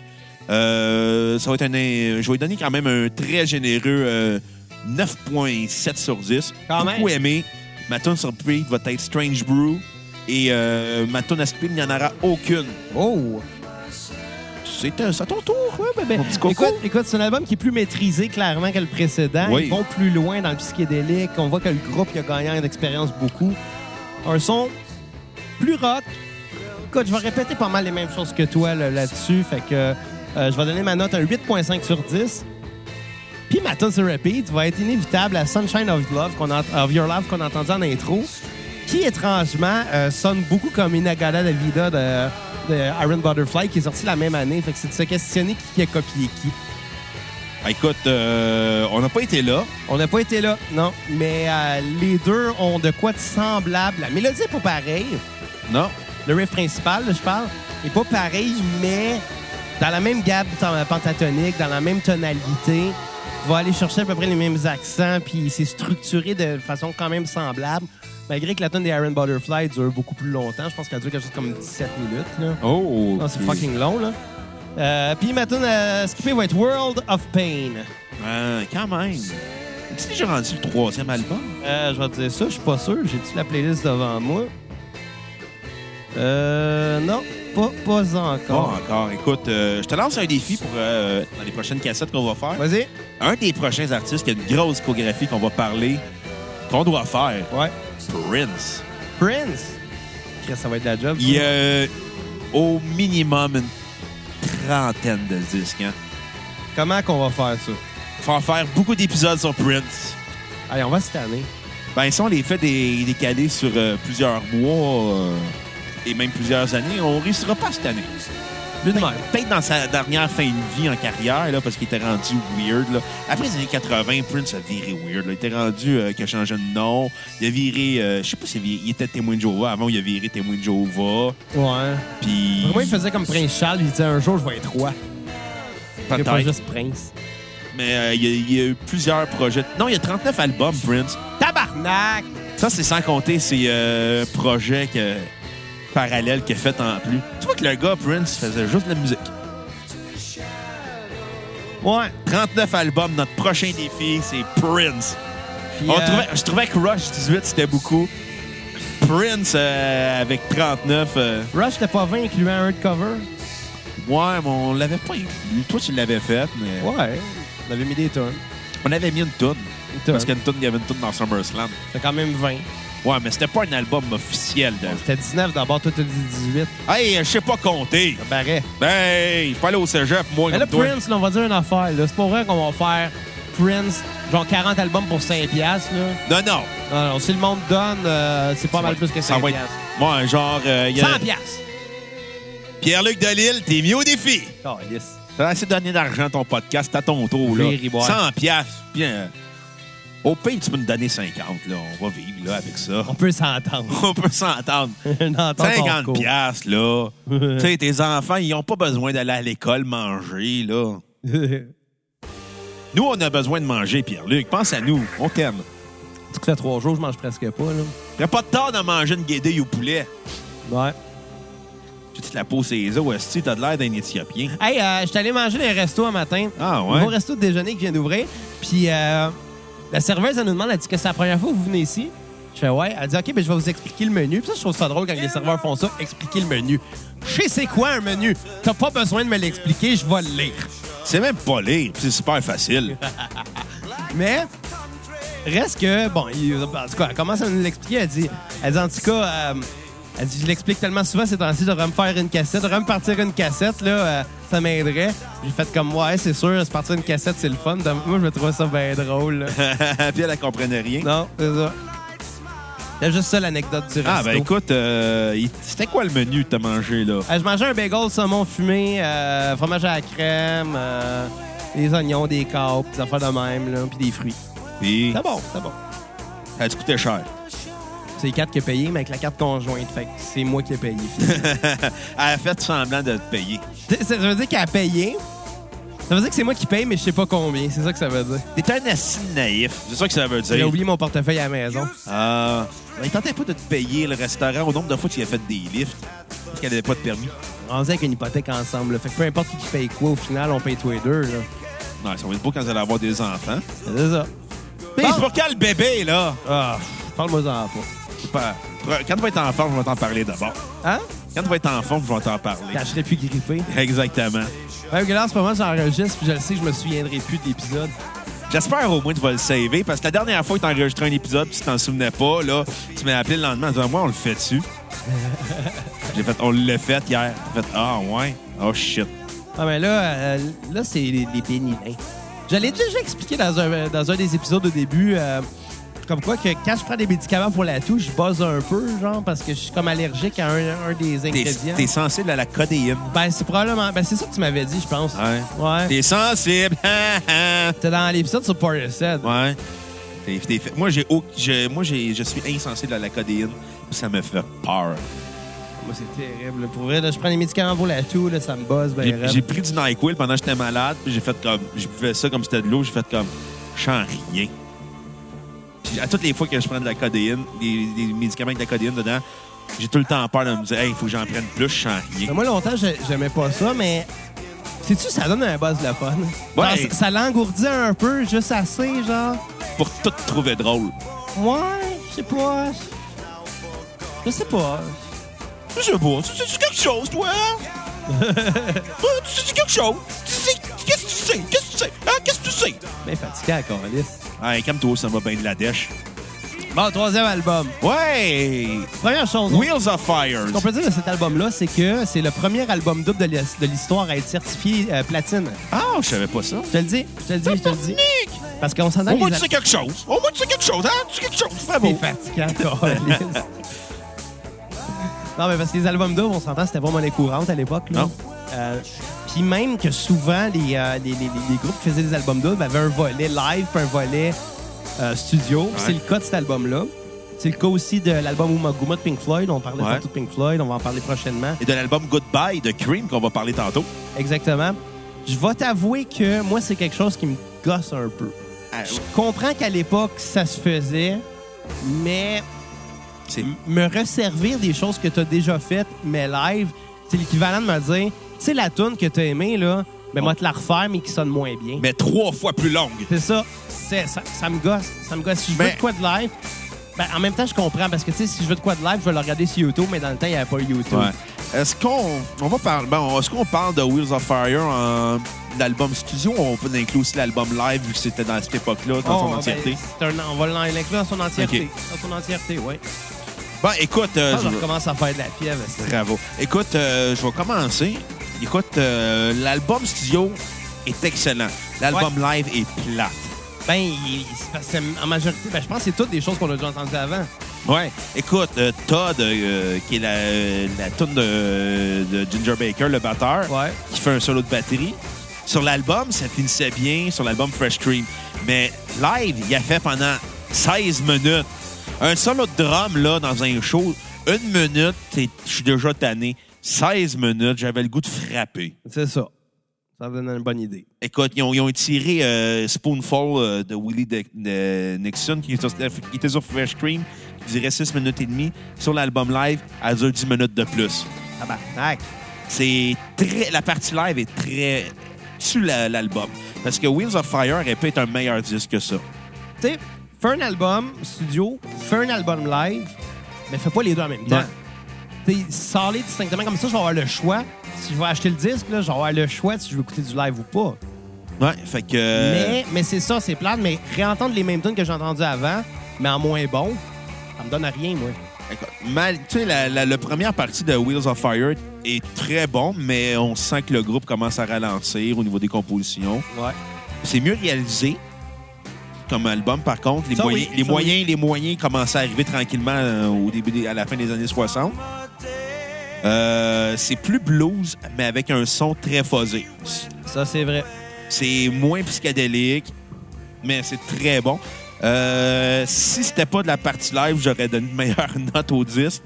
S1: Euh, ça va être un, je vais lui donner quand même un très généreux euh, 9.7 sur 10.
S3: Quand
S1: Beaucoup
S3: même.
S1: aimé. Ma tune sur repeat va être Strange Brew et euh, ma tune à spin, il n'y en aura aucune.
S3: Oh!
S1: C'est euh, c'est à ton tour.
S3: Ouais, ben, ben,
S1: Mon petit coco.
S3: écoute, écoute, c'est un album qui est plus maîtrisé clairement que le précédent.
S1: Oui.
S3: Ils vont plus loin dans le psychédélique. On voit que le groupe il a gagné en expérience beaucoup. Un son plus rock. Écoute, je vais répéter pas mal les mêmes choses que toi là, là-dessus. fait que euh, je vais donner ma note à 8.5 sur 10. Puis ma tune sur repeat va être inévitable à Sunshine of Love qu'on a, of Your Love qu'on a entendu en intro, qui étrangement euh, sonne beaucoup comme Inagada de Vida de, de Iron Butterfly qui est sorti la même année. Fait que c'est de se questionner qui a copié qui.
S1: Ah, Écoute, euh, on n'a pas été là.
S3: On n'a pas été là, non. Mais euh, les deux ont de quoi de semblable. La mélodie est pas pareille.
S1: Non.
S3: Le riff principal, là, je parle, est pas pareil, mais dans la même gamme ten- pentatonique, dans la même tonalité, va aller chercher à peu près les mêmes accents, puis c'est structuré de façon quand même semblable, malgré que la tonne des Iron Butterfly dure beaucoup plus longtemps. Je pense qu'elle dure quelque chose comme 17 minutes. Là.
S1: Oh.
S3: Non, c'est
S1: ok.
S3: fucking long, là. Euh, puis ma tune à skipper va être World of Pain.
S1: Ah, quand même. Tu déjà rendu le troisième album?
S3: Euh, je vais te dire ça, je suis pas sûr. J'ai-tu la playlist devant moi? Euh, non, pas, pas
S1: Pas
S3: encore.
S1: encore. Écoute, euh, je te lance un défi pour euh, dans les prochaines cassettes qu'on va faire.
S3: Vas-y.
S1: Un des prochains artistes qui a une grosse discographie qu'on va parler, qu'on doit faire,
S3: Ouais.
S1: Prince.
S3: Prince. Chris, ça va être de la job. ça.
S1: Il y a euh, au minimum une trentaine de disques. Hein.
S3: Comment qu'on va faire ça?
S1: Faut en faire beaucoup d'épisodes sur Prince.
S3: Allez, on va cette année.
S1: Ben, si on les fait des, décalés sur euh, plusieurs mois euh, et même plusieurs années, on réussira pas cette année.
S3: D'une même.
S1: Peut-être dans sa dernière fin de vie en carrière, là, parce qu'il était rendu weird. Là. Après les années 80, Prince a viré weird. là. Il était rendu euh, qu'il a changé de nom. Il a viré, euh, je sais pas s'il il était témoin de Jéhovah. Avant, il a viré témoin de Jéhovah.
S3: Ouais.
S1: Puis.
S3: Moi, il faisait comme Prince Charles. Il disait un jour, je vais être roi. Et pas
S1: Peut-être.
S3: juste Prince.
S1: Mais euh, il, y a, il y a eu plusieurs projets. Non, il y a 39 albums, Prince.
S3: Tabarnak!
S1: Ça, c'est sans compter ses euh, projets que, parallèles qu'il a fait en plus. Tu vois que le gars, Prince, faisait juste de la musique.
S3: Ouais.
S1: 39 albums, notre prochain défi, c'est Prince.
S3: Puis,
S1: On
S3: euh,
S1: trouvait- je trouvais que Rush 18, c'était beaucoup. Prince euh, avec 39. euh,
S3: Rush, t'es pas 20, incluant un de cover?
S1: ouais, mais on l'avait pas inclus. Toi, tu l'avais fait, mais.
S3: Ouais. On avait mis des tonnes.
S1: On avait mis une toune.
S3: Une tonne.
S1: Parce qu'il y a une toune, il y avait une toune dans SummerSlam.
S3: T'as quand même 20.
S1: Ouais, mais c'était pas un album officiel. De...
S3: C'était 19 d'abord, toi t'as dit 18.
S1: Hey, je sais pas compter.
S3: Ça paraît.
S1: Ben, je peux aller au cégep, moi,
S3: Mais
S1: comme
S3: là,
S1: toi.
S3: Prince, là, on va dire une affaire. là. C'est pas vrai qu'on va faire Prince, genre 40 albums pour 5 piastres. Là.
S1: Non, non.
S3: Non, non, si le monde donne, euh, c'est pas mal plus que 5
S1: Ça va être.
S3: piastres.
S1: Ouais, genre. euh, il y a-
S3: 100 piastres!
S1: Pierre-Luc Delille, t'es mis au défi.
S3: Oh, yes.
S1: T'as assez donné d'argent à ton podcast, c'est à ton tour, là.
S3: Rire et boire.
S1: 100 piastres. Bien. euh, Au pire, tu peux nous donner 50, là. On va vivre, là, avec ça.
S3: On peut s'entendre.
S1: On peut s'entendre.
S3: Une entente hors
S1: 50
S3: cours.
S1: piastres, là. tu sais, tes enfants, ils n'ont pas besoin d'aller à l'école manger, là.
S3: Tu
S1: Nous, on a besoin de manger, Pierre-Luc. Pense à nous. On t'aime.
S3: que ça fait 3 jours, je mange presque pas. Là.
S1: T'as pas de tort de manger une guédille au poulet.
S3: Ouais.
S1: Tu te la peau ses os, esti, t'as de l'air d'un Éthiopien.
S3: Hey, euh, je suis allé manger les restos un matin.
S1: Ah, ouais?
S3: Nouveau resto de déjeuner qui vient d'ouvrir. Puis euh, la serveuse, elle nous demande, elle dit que c'est la première fois que vous venez ici. Je fais ouais. Elle dit, OK, ben, je vais vous expliquer le menu. Puis ça, je trouve ça drôle quand les serveurs font ça, expliquer le menu. Je sais c'est quoi un menu. T'as pas besoin de me l'expliquer, je vais le lire.
S1: C'est même pas lire, puis c'est super facile.
S3: Mais reste que, bon, il- en tout cas, elle commence à nous l'expliquer. Elle dit, elle dit, en tout cas, euh, elle dit, je l'explique tellement souvent ces temps-ci, j'aurais me faire une cassette, j'aurais me partir une cassette, là, euh, ça m'aiderait. J'ai fait comme, ouais, c'est sûr, se partir une cassette, c'est le fun. Donc, moi, je me trouvais ça bien drôle. là.
S1: puis elle, elle comprenait rien.
S3: non, c'est ça. C'est juste ça l'anecdote du resto.
S1: Ah, ben écoute, euh, il- c'était quoi le menu que t'as mangé, là?
S3: Euh, je mangeais un bagel saumon fumé, euh, fromage à la crème, euh, des oignons, des câbles, des affaires de même, là, puis des fruits.
S1: Puis,
S3: C'est bon, c'est bon.
S1: ça te coûtait cher.
S3: C'est les cartes qui a payé, mais avec la carte conjointe. Fait que c'est moi qui ai payé.
S1: elle a fait semblant de te payer.
S3: Ça veut dire qu'elle a payé, Ça veut dire que c'est moi qui paye, mais je sais pas combien. C'est ça que ça veut dire.
S1: T'es un assis naïf. C'est ça que ça veut
S3: J'ai
S1: dire.
S3: oublié mon portefeuille à la maison.
S1: Ah. Ben, il tentait pas de te payer le restaurant au nombre de fois qu'il a fait des lifts. Parce qu'elle n'avait pas de permis.
S3: On faisait avec une hypothèque ensemble. là. Fait que peu importe qui qui paye quoi, au final, on paye tous les deux. là.
S1: Non, ça va être beau quand elle allez avoir des enfants.
S3: C'est ça.
S1: Mais
S3: Bon.
S1: c'est pour quand le bébé, là?
S3: Ah, pff, parle-moi-en pas.
S1: C'est pas- Quand tu vas être enfant, je vais t'en parler d'abord.
S3: Hein?
S1: Quand tu vas être enfant, je vais t'en parler.
S3: Quand je serais plus grippé.
S1: Exactement.
S3: Ouais, que là, en ce moment, j'enregistre, puis je le sais, je me souviendrai plus de l'épisode.
S1: J'espère au moins que tu vas le saver, parce que la dernière fois que tu enregistré un épisode puis tu t'en souvenais pas, là, tu m'as appelé le lendemain en disant Moi, on le fait dessus. J'ai fait On l'a fait hier. J'ai fait Ah, ouais. Oh, shit.
S3: Ah, mais là, euh, là c'est les, les bénilins. J'allais déjà expliquer dans un, dans un des épisodes au début, euh, comme quoi que quand je prends des médicaments pour la toux, je buzz un peu, genre, parce que je suis comme allergique à un, un des
S1: T'es
S3: ingrédients.
S1: t'es sensible à la codéine.
S3: Ben, c'est probablement. Ben, c'est ça que tu m'avais dit, je pense.
S1: Ouais.
S3: Ouais.
S1: T'es sensible.
S3: C'était dans l'épisode sur Paracet.
S1: ouais. T'es- t'es fait- Moi, j'ai au- je, moi, j'ai- je suis insensible à la codéine, puis ça me fait peur.
S3: Moi, c'est terrible. là. Pour vrai, là, je prends les médicaments pour la toux, là, ça me buzz, ben,
S1: J'ai-
S3: raide.
S1: J'ai pris du NyQuil pendant que j'étais malade, puis j'ai fait comme. Je buvais ça comme c'était de l'eau, j'ai fait comme. Je sens rien. Puis à toutes les fois que je prends de la codéine, des, des médicaments avec de la codéine dedans, j'ai tout le temps peur de me dire, hey, il faut que j'en prenne plus, je sens rien.
S3: Ben, Moi, longtemps, j'ai- j'aimais pas ça, mais. Sais-tu, ça donne un buzz de la fun. Genre, ça- ça l'engourdit un peu, juste assez, genre.
S1: Pour tout trouver drôle.
S3: Ouais, je sais pas. Je sais pas.
S1: Je sais pas, tu sais-tu quelque chose, toi? Toi, tu sais-tu quelque chose? Tu sais, qu'est-ce que tu sais? Qu'est-ce que tu sais? Hein, qu'est-ce que tu sais?
S3: Mais fatigué à Corliss.
S1: Hey, calme-toi, ça va bien de la dèche.
S3: Bon, troisième album.
S1: Ouais!
S3: Première chose.
S1: Wheels of Fire.
S3: Ce qu'on peut dire de cet album-là, c'est que c'est le premier album double de l'his- de l'histoire à être certifié euh, platine.
S1: Ah, je savais pas ça.
S3: Je te le dis, je te le dis, je te le dis.
S1: Nick!
S3: Parce qu'on s'entend
S1: Au moins,
S3: les
S1: tu sais quelque chose. Au moins, tu sais quelque chose, hein? Tu sais quelque chose. C'est
S3: C'est
S1: beau.
S3: fatigant, Carlis. Non, mais parce que les albums doubles, on s'entend, c'était pas monnaie courante à l'époque. là.
S1: Non.
S3: Euh, Puis même que souvent, les, euh, les, les- les groupes qui faisaient des albums doubles avaient un volet live puis un volet euh, studio. Puis C'est le cas de cet album-là. C'est le cas aussi de l'album Uma Guma de Pink Floyd. On parlait
S1: Ouais.
S3: tantôt de Pink Floyd. On va en parler prochainement.
S1: Et de l'album Goodbye de Cream qu'on va parler tantôt.
S3: Exactement. Je vais t'avouer que moi, c'est quelque chose qui me gosse un peu.
S1: Ah,
S3: Je comprends qu'à l'époque, ça se faisait, mais
S1: C'est
S3: me resservir des choses que tu as déjà faites, mais live, c'est l'équivalent de me dire, tu sais, la tune que tu as aimée, là, mais moi, te la refaire, mais qui sonne moins bien.
S1: mais trois fois plus longue.
S3: C'est ça. C'est- ça. Ça me gosse. Ça me gosse. Si je veux
S1: Mais-
S3: de quoi de live, ben, en même temps, je comprends, parce que, tu sais, si je veux de quoi de live, je vais le regarder sur YouTube, mais dans le temps, il n'y avait pas YouTube.
S1: Est-ce qu'on on va parler bon, est-ce qu'on parle de Wheels of Fire en l'album studio ou on peut inclure aussi l'album live vu que c'était dans cette époque-là dans
S3: Oh,
S1: son
S3: ben,
S1: entièreté?
S3: c'est un- on va l'inclure dans son entièreté.
S1: Ok.
S3: Dans son entièreté, oui.
S1: Bon, écoute, euh,
S3: Ah,
S1: je
S3: je
S1: vais-
S3: recommence à faire de la fièvre. c'est-
S1: bravo. Écoute, euh, je vais commencer. Écoute, euh, l'album studio est excellent. L'album live est plat.
S3: Ben, il- il- c'est parce que en majorité, ben, je pense que c'est toutes des choses qu'on a déjà entendues avant.
S1: Ouais. Écoute, euh, Todd, euh, qui est la, euh, la toune de, de Ginger Baker, le batteur,
S3: Ouais.
S1: qui fait un solo de batterie. Sur l'album, ça finissait bien, sur l'album Fresh Cream. Mais live, il a fait pendant 16 minutes. Un solo de drum, là, dans un show, une minute, t'es- je suis déjà tanné. 16 minutes, j'avais le goût de frapper.
S3: C'est ça. Ça me donne une bonne idée.
S1: Écoute, ils ont, ils ont tiré euh, Spoonful euh, de Willie Dick- de Nixon, qui, est sur- qui était sur Fresh Cream, qui durait 6 minutes et demie. Sur l'album live, elle dure 10 minutes de plus.
S3: Tabarnak.
S1: C'est très. La partie live est très. tue la- l'album. Parce que Wheels of Fire aurait pu être un meilleur disque que ça.
S3: Tu sais, fais un album studio, fais un album live, mais fais pas les deux en même temps.
S1: Ouais.
S3: Tu sais, sors-les distinctement comme ça, je vais avoir le choix. Si je vais acheter le disque, là, je vais avoir le choix si je veux écouter du live ou pas.
S1: Ouais, fait que.
S3: Mais, mais c'est ça, c'est plate, mais réentendre les mêmes tunes que j'ai entendues avant, mais en moins bon, ça me donne rien, moi.
S1: Écoute, Mal, tu sais, la, la- la première partie de Wheels of Fire est très bon, mais on sent que le groupe commence à ralentir au niveau des compositions.
S3: Ouais.
S1: C'est mieux réalisé comme album, par contre. Les,
S3: Ça,
S1: moyens,
S3: oui,
S1: les,
S3: ça,
S1: moyens, les moyens commençaient à arriver tranquillement euh, au début des- à la fin des années 60. Euh, c'est plus blues, mais avec un son très phasé.
S3: Ça, c'est vrai.
S1: C'est moins psychédélique, mais c'est très bon. Euh, si c'était pas de la partie live, j'aurais donné une meilleure note au 10.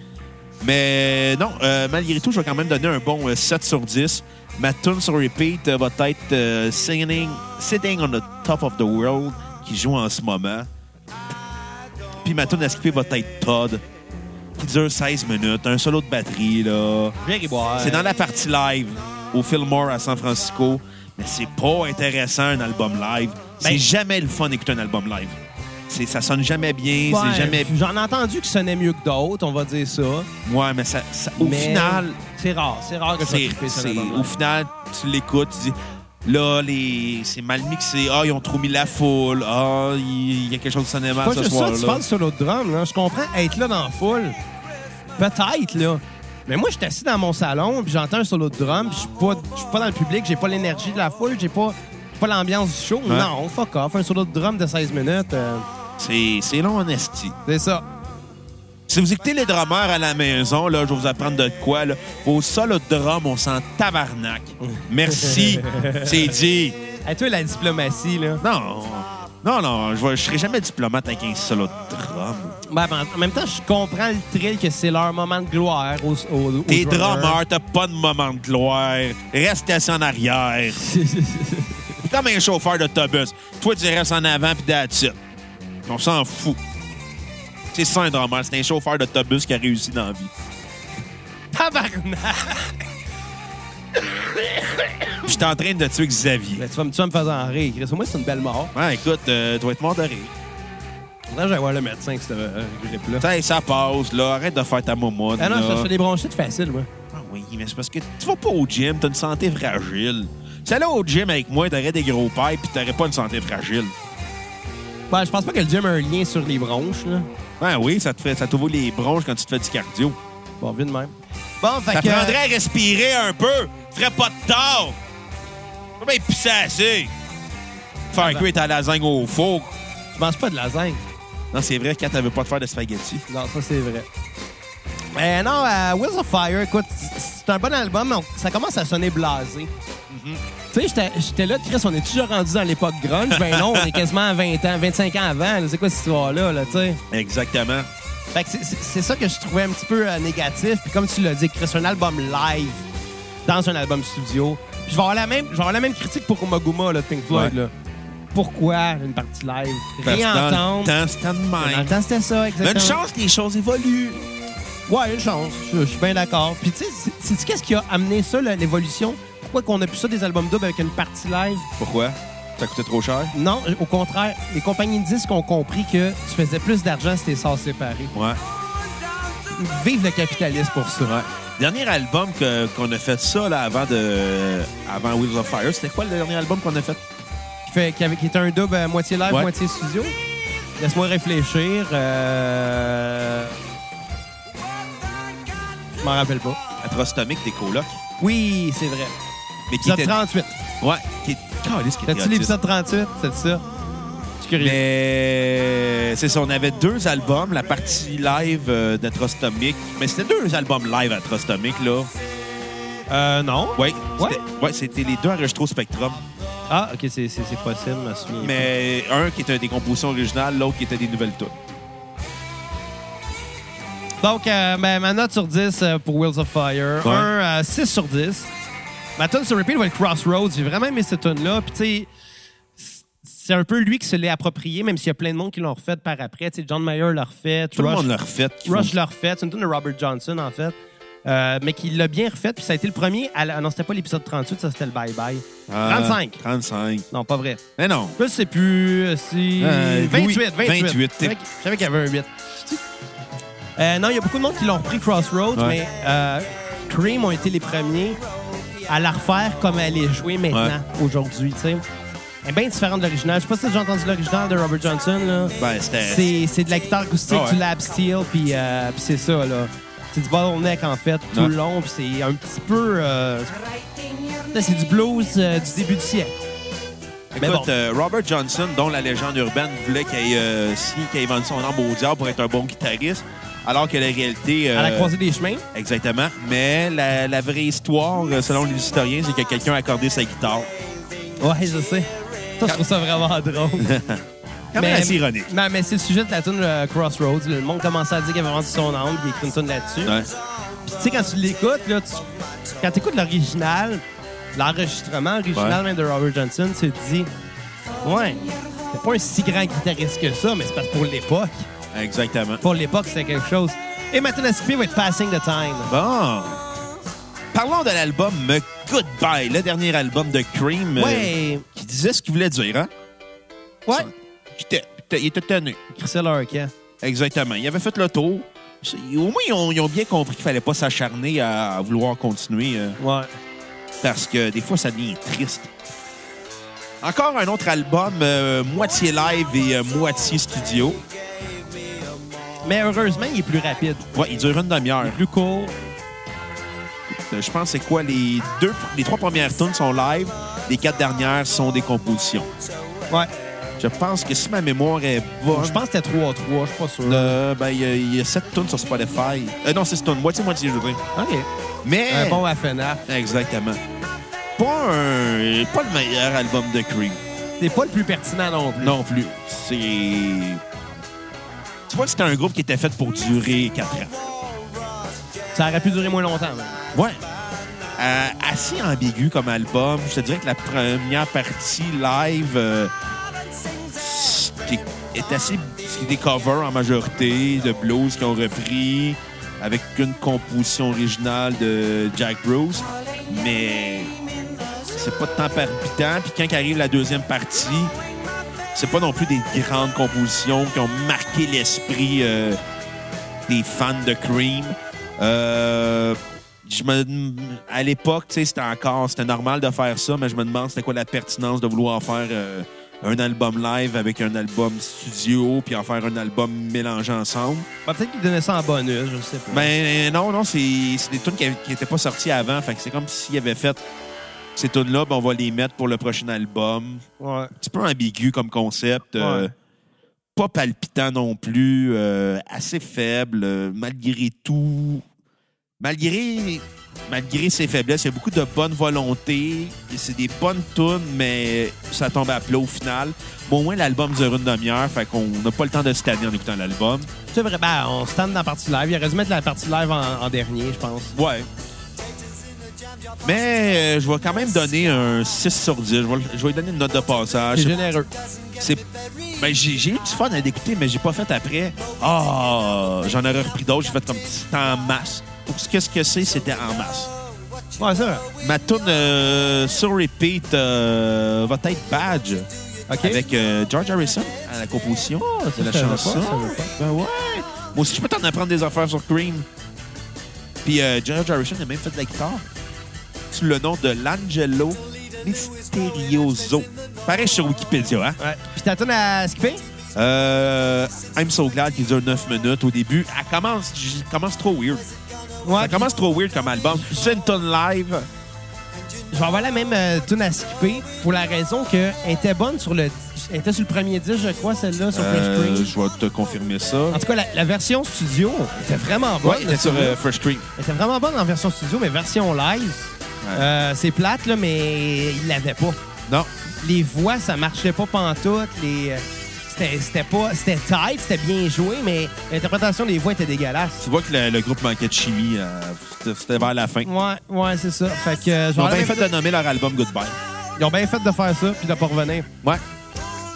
S1: Mais non, euh, malgré tout, je vais quand même donner un bon euh, 7 sur 10. Ma tune sur repeat euh, va être euh, Singing- Sitting on the Top of the World qui joue en ce moment. Puis ma tune à skipper va être Todd qui dure 16 minutes, un solo de batterie là. C'est dans la partie live au Fillmore à San Francisco, mais c'est pas intéressant un album live. C'est
S3: Ben-
S1: jamais le fun d'écouter un album live. C'est ça sonne jamais bien,
S3: Ouais,
S1: c'est jamais
S3: J'en ai entendu qui sonnait mieux que d'autres, on va dire ça.
S1: Ouais, mais ça, ça- au
S3: Mais
S1: final
S3: C'est rare, c'est rare que je
S1: c'est-
S3: sois trippé sur
S1: c'est-
S3: l'album.
S1: au final, tu l'écoutes, tu dis là, les, c'est mal mixé. Ah, ils ont trop mis la foule. Ah, il il y a quelque chose qui sonnait mal
S3: Pas
S1: Ah, ce
S3: juste ça, tu
S1: soir-là.
S3: parles sur l'autre drum. Là. Je comprends être là dans la foule. Peut-être, là. Mais moi, je suis assis dans mon salon, puis j'entends un solo de drum, puis je suis pas, je suis pas dans le public, j'ai pas l'énergie de la foule, j'ai pas, j'ai pas l'ambiance du show.
S1: Ouais.
S3: Non, fuck off. Un solo de drum de 16 minutes, euh,
S1: C'est c'est long en esti.
S3: c'est ça.
S1: Si vous écoutez les drummers à la maison, là, je vais vous apprendre de quoi. Là. Au sol de drum, on sent tabarnak. Merci, c'est dit.
S3: Et toi, la diplomatie, là.
S1: Non, non, non, je, vais- je serai jamais diplomate avec un solo de drum.
S3: Ben, ben, en même temps, je comprends le thrill que c'est leur moment de gloire au, au, au
S1: T'es
S3: drummer.
S1: drummer, t'as pas de moment de gloire. Reste assis en arrière. T'es comme un chauffeur d'autobus. Toi, tu restes en avant puis that's it. On s'en fout. C'est ça un drummer, c'est un chauffeur d'autobus qui a réussi dans la vie.
S3: Tabarnak!
S1: Puis j'étais en train de tuer Xavier.
S3: Ben, tu, vas, me- tu vas me faire en rire, Chris. Moi, c'est une belle mort.
S1: Ouais, écoute, euh, tu vas être mort de rire.
S3: Là, je vais voir le médecin avec ce euh, grippe-là.
S1: T'sais, ça passe, là. Arrête de faire ta moumoune.
S3: Ah non,
S1: là.
S3: je cherche des bronchites faciles, moi.
S1: Ah oui, mais c'est parce que tu vas pas au gym, t'as une santé fragile. Si t'allais au gym avec moi, t'aurais des gros pipes puis t'aurais pas une santé fragile.
S3: Ben, je pense pas que le gym a un lien sur les bronches, là.
S1: Ah oui, ça te fait, ça t'ouvre les bronches quand tu te fais du cardio.
S3: Bon, vu de même. Bon, fait
S1: Ça
S3: que...
S1: prendrait à respirer un peu. Ferait pas de tort. Comment il pissait assez?
S3: Ah
S1: Faire
S3: ben.
S1: cuire ta lasagne au four.
S3: euh, Je mange pas de lasagne.
S1: Non, c'est vrai, quand t'avais pas de faire de spaghettis.
S3: Non, ça, c'est vrai. Euh, non, euh, Wheels of Fire, écoute, c- c'est un bon album, mais on- ça commence à sonner blasé.
S1: Mm-hmm.
S3: Tu sais, j'étais- j'étais là, Chris, on est toujours rendu dans l'époque grunge. Ben non, on est quasiment à 20 ans, 25 ans avant. là. C'est quoi cette histoire-là, là, tu sais?
S1: Exactement.
S3: Fait que c'est- c'est c'est ça que je trouvais un petit peu euh, négatif. Puis comme tu l'as dit, Chris, un album live dans un album studio. Puis je vais avoir la même, je vais avoir la même critique pour Omaguma, là, de Pink Floyd.
S1: Ouais.
S3: Là. Pourquoi une partie live?
S1: Parce que Dans le
S3: Réentendre.
S1: temps, c'était de
S3: Dans le
S1: même.
S3: temps, c'était ça,
S1: Mais
S3: exactement.
S1: une chance, les choses évoluent.
S3: Ouais, une chance. Je, je suis bien d'accord. Puis tu sais, c'est- c'est-tu qu'est-ce qui a amené ça, là, l'évolution? Pourquoi qu'on a plus ça des albums doubles avec une partie live?
S1: Pourquoi? Ça coûtait trop cher?
S3: Non, au contraire, les compagnies de disques ont compris que tu faisais plus d'argent si tes sorts séparés.
S1: Ouais.
S3: Vive le capitalisme pour ça.
S1: Dernier album que- qu'on a fait ça là, avant de avant Wheels of Fire, c'était quoi le dernier album qu'on a fait?
S3: qui, fait, qui, avait- qui était un double à moitié live,
S1: Ouais.
S3: moitié studio. Laisse-moi réfléchir. euh, Je m'en rappelle pas.
S1: Atrostomic des colocs.
S3: Oui, c'est vrai.
S1: Mais qui
S3: Épisode
S1: était...
S3: 38.
S1: Ouais, qui est... Caliste, qui était
S3: T'as-tu
S1: autiste.
S3: l'épisode 38? C'est ça? Je suis curieux.
S1: Mais euh, c'est ça, on avait deux albums, la partie live euh, d'Atrostomic. Mais c'était deux albums live Atrostomic, là.
S3: Euh, non.
S1: Oui,
S3: Ouais?
S1: ouais, c'était les deux enregistrés au Spectrum.
S3: Ah, OK, c'est c'est- c'est possible, je me souviens.
S1: Mais un qui était des compositions originales, l'autre qui était des nouvelles toutes.
S3: Donc, euh, ben, ma note sur 10 euh, pour Wheels of Fire.
S1: Ouais.
S3: Un, euh, 6 sur 10. Ma tune sur repeat va être Crossroads. J'ai vraiment aimé cette tune-là. Puis, tu sais, c- c'est un peu lui qui se l'est approprié, même s'il y a plein de monde qui l'ont refait par après. Tu sais, John Mayer l'a refait.
S1: Tout
S3: Rush-
S1: le monde l'a refait. qu'il faut-
S3: Rush l'a refait. C'est une tune de Robert Johnson, en fait. Euh, mais qui l'a bien refait. Puis, ça a été le premier. À... la- Ah non, c'était pas l'épisode 38, ça, c'était le Bye Bye.
S1: Ah,
S3: 35.
S1: 35.
S3: Non, pas vrai.
S1: Mais non.
S3: Je sais plus euh, si.
S1: Euh,
S3: 28,
S1: oui,
S3: 28.
S1: 28.
S3: Je savais qu'il- Je savais qu'il y avait un 8. Euh, non, il y a beaucoup de monde qui l'ont repris Crossroads,
S1: Ouais.
S3: mais euh, Cream ont été les premiers à la refaire comme elle est jouée maintenant, aujourd'hui, tu sais. Elle est bien différente de l'original. Je sais pas si t'as déjà entendu l'original de Robert Johnson, là.
S1: Ben, c'était.
S3: C'est c'est de la guitare acoustique,
S1: Ah ouais.
S3: du lab steel, puis euh, puis c'est ça, là. C'est du bottleneck, en fait, tout
S1: Ouais.
S3: le long, puis c'est un petit peu... euh, c'est c'est du blues euh, du début du siècle. mais
S1: Écoute,
S3: bon.
S1: euh, Robert Johnson, dont la légende urbaine voulait qu'il euh, si, qu'il vende son âme au diable pour être un bon guitariste, alors que la réalité.
S3: À la
S1: euh,
S3: croisée des chemins.
S1: Exactement. Mais la, la vraie histoire, euh, selon les historiens, c'est que quelqu'un a accordé sa guitare.
S3: Ouais, je sais. Ça, je trouve ça vraiment drôle.
S1: Quand même assez ironique.
S3: Mais, mais c'est le sujet de la tune euh, Crossroads. Le monde commençait à dire qu'il avait vendu son âme, qu'il écrit une tune là-dessus.
S1: Ouais.
S3: Puis tu sais, quand tu l'écoutes, là, tu- quand tu écoutes l'original, l'enregistrement original même de Robert Johnson se dit Ouais, c'est pas un si grand guitariste que ça, mais c'est parce que pour l'époque,
S1: Exactement.
S3: pour l'époque, c'était quelque chose. Et maintenant, ce qui va être Passing the Time.
S1: Bon. Parlons de l'album Goodbye, le dernier album de Cream euh,
S3: Ouais,
S1: qui disait ce qu'il voulait dire, hein?
S3: ouais.
S1: Qui était- Il était tenu.
S3: Christelle Hurricane.
S1: Exactement. Ils avaient fait le tour. C'est- Au moins, ils ont, ils ont bien compris qu'il fallait pas s'acharner à, à vouloir continuer euh,
S3: Ouais.
S1: parce que des fois, ça devient triste. Encore un autre album, euh, moitié live et euh, moitié studio.
S3: Mais heureusement, il est plus rapide,
S1: Ouais, il dure une demi-heure.
S3: plus court.
S1: Euh, Je pense que c'est quoi? Les, deux, les trois premières tunes sont live, les quatre dernières sont des compositions.
S3: Ouais.
S1: Je pense que si ma mémoire est bonne,
S3: Je pense que c'était 3-3, je suis pas sûr.
S1: euh, ben, il y a- il y, a sept tunes sur Spotify. Euh, non, c'est tunes, moitié-moitié, je veux dire.
S3: OK.
S1: Mais...
S3: Un bon à FNAF.
S1: Exactement. Pas, un- pas le meilleur album de Cream
S3: C'est pas le plus pertinent non plus.
S1: non plus. C'est. Tu vois que c'était un groupe qui était fait pour durer 4 ans.
S3: Ça aurait pu durer moins longtemps. même.
S1: Ouais. Euh, assez ambigu comme album. Je te dirais que la première partie live euh, qui est assez. C'est des covers en majorité de blues qui ont repris avec une composition originale de Jack Bruce. Mais c'est pas tant palpitant. Puis quand arrive la deuxième partie, c'est pas non plus des grandes compositions qui ont marqué l'esprit euh, des fans de Cream. Euh, je me, à l'époque, tu sais, c'était encore, c'était normal de faire ça, mais je me demande c'était quoi la pertinence de vouloir faire euh, un album live avec un album studio, puis en faire un album mélangé ensemble.
S3: Ouais, Bah, Peut-être qu'il donnait ça en bonus, je sais pas.
S1: Ben non, non, c'est c'est des tunes qui n'étaient pas sorties avant. Fait que c'est comme s'il avait fait ces tunes-là, ben on va les mettre pour le prochain album.
S3: Ouais.
S1: Un petit peu ambigu comme concept. euh,
S3: Ouais.
S1: pas palpitant non plus. euh, assez faible. euh, malgré tout. Malgré. Malgré ses faiblesses, il y a beaucoup de bonne volonté. et C'est des bonnes tunes, mais ça tombe à plat au final. Bon, au moins, l'album dure une demi-heure, fait qu'on n'a pas le temps de se tanner en écoutant l'album.
S3: C'est vrai, ben, on se tente dans la partie live. Il aurait dû mettre la partie live en, en dernier, je pense.
S1: Ouais. Mais euh, je vais quand même donner un 6 sur 10. Je vais, je vais lui donner une note de
S3: C'est
S1: passage.
S3: généreux.
S1: C'est- ben, j'ai j'ai eu du fun à l'écouter, mais j'ai pas fait après. Ah, j'en aurais repris d'autres. J'ai fait comme c'était en masse. Pour ce que ce que c'est, c'était en masse.
S3: Ouais, c'est vrai.
S1: Ma tune euh, sur repeat euh, va être Badge
S3: OK. Ah,
S1: avec euh, George Harrison à la composition
S3: ça,
S1: de la
S3: je savais pas,
S1: chanson.
S3: je savais pas.
S1: Ben ouais. Moi aussi, je peux t'en apprendre des affaires sur Cream. Puis euh, George Harrison a même fait de la guitare sous le nom de L'Angelo Mysterioso. Pareil sur Wikipédia, hein?
S3: Ouais. Puis t'attends à skipper?
S1: Euh, I'm So Glad qui dure 9 minutes au début. Elle commence, j- commence trop weird.
S3: Ouais.
S1: Elle commence trop weird comme album. C'est une tonne live.
S3: Je vais avoir la même euh, tune à skipper pour la raison qu'elle était bonne sur le... Elle était sur le premier disque, je crois, celle-là, sur
S1: Euh,
S3: Fresh Prince.
S1: je vais te confirmer ça.
S3: En tout cas, la, la version studio était vraiment bonne.
S1: Ouais, il était sur euh, Fresh Cream.
S3: Elle était vraiment bonne en version studio, mais version live, euh, c'est plate, là, mais il l'avait pas.
S1: Non.
S3: Les voix, ça marchait pas pantoute. Les... euh, C'était c'était pas... C'était tight, c'était bien joué, mais l'interprétation des voix était dégueulasse.
S1: Tu vois que le, le groupe manquait de chimie. euh, c'était- C'était vers la fin. Ils
S3: Ouais, ouais, c'est ça. Fait que... euh, je vais
S1: ont
S3: avoir la
S1: bien
S3: même
S1: fait de nommer leur album Goodbye.
S3: Ils ont bien fait de faire ça puis de pas revenir.
S1: Ouais.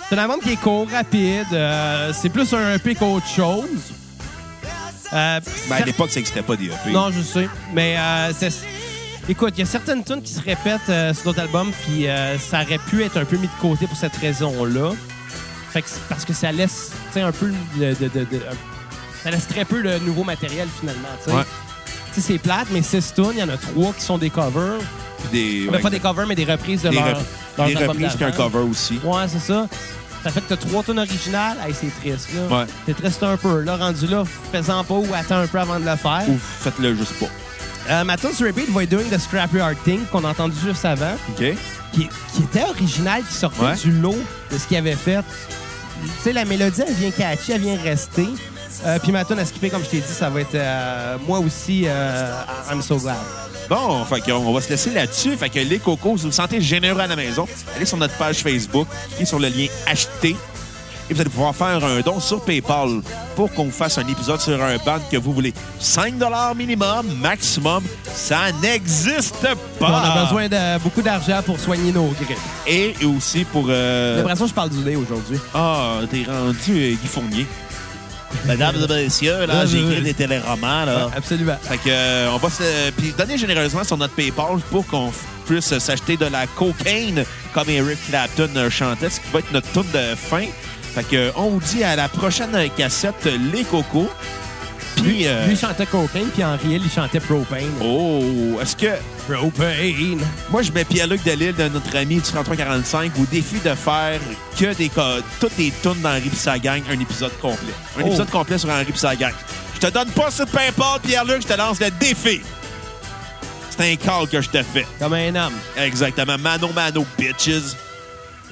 S3: C'est un album qui est court, rapide. euh, c'est plus un EP qu'autre chose. Euh,
S1: Mais Ben, à
S3: cer-
S1: l'époque, ça n'existait pas des E EP.
S3: non, je sais. Mais euh, c'est... écoute, il y a certaines tunes qui se répètent euh, sur d'autres albums, puis euh, ça aurait pu être un peu mis de côté pour cette raison-là. Fait que c'est- parce que ça laisse tu sais, un peu le- de, de- de- ça laisse très peu de nouveau matériel finalement. tu sais.
S1: Ouais.
S3: Tu sais, c'est plate, mais 6 tunes, il y en a trois qui sont des covers.
S1: Puis Des,
S3: Mais
S1: ouais,
S3: pas des covers, mais des reprises de
S1: des
S3: leur,
S1: rep-
S3: leurs
S1: des
S3: albums
S1: reprises puis un
S3: d'avant.
S1: cover aussi.
S3: Ouais, c'est ça. Ça fait que t'as trois tonnes originales. Hey, c'est triste, là.
S1: Ouais.
S3: C'est triste un peu. Là, rendu là, fais-en pas ou attends un peu avant de le faire.
S1: Ou faites-le juste pas.
S3: Euh, ma tune sur repeat va être Doing the Scrapyard Thing qu'on a entendu juste avant,
S1: OK?
S3: qui, qui était original, qui sortait
S1: Ouais.
S3: du lot de ce qu'il avait fait. Tu sais, la mélodie, elle vient catchy, elle vient rester. Euh, Puis ma tune à skipper, comme je t'ai dit, ça va être euh, moi aussi, euh, I'm so glad.
S1: Bon, fait qu'on- on va se laisser là-dessus. Fait que les cocos, si vous vous sentez généreux à la maison, allez sur notre page Facebook, cliquez sur le lien acheter. Et vous allez pouvoir faire un don sur PayPal pour qu'on fasse un épisode sur un band que vous voulez. 5 minimum, maximum. Ça n'existe pas.
S3: On a besoin de beaucoup d'argent pour soigner nos grippes.
S1: Et aussi pour.
S3: J'ai
S1: euh,
S3: l'impression que je parle du lait aujourd'hui.
S1: Ah, t'es rendu euh, Guy Fournier. Mesdames et messieurs,
S3: là, j'ai écrit des
S1: téléromans,
S3: Ouais, absolument.
S1: Fait que, euh, on va se. Puis donner généreusement sur notre PayPal pour qu'on f- puisse s'acheter de la cocaine comme Eric Clapton euh, chantait, ce qui va être notre tour de fin. Fait que, euh, on vous dit à la prochaine cassette euh, Les Cocos. Puis. euh,
S3: Lui, il chantait cocaine, puis en réel, il chantait propane.
S1: oh, est-ce que.
S3: Propane.
S1: Moi, je mets Pierre-Luc Delille de notre ami du 3345 au défi de faire que des co- toutes des tunes d'Henri pis sa gang, un épisode complet. Un
S3: Oh.
S1: épisode complet sur Henri pis sa gang. Je te donne pas sur PayPal, Pierre-Luc, je te lance le défi. C'est un call que je te fais.
S3: Comme un homme.
S1: Exactement. Mano, mano, bitches.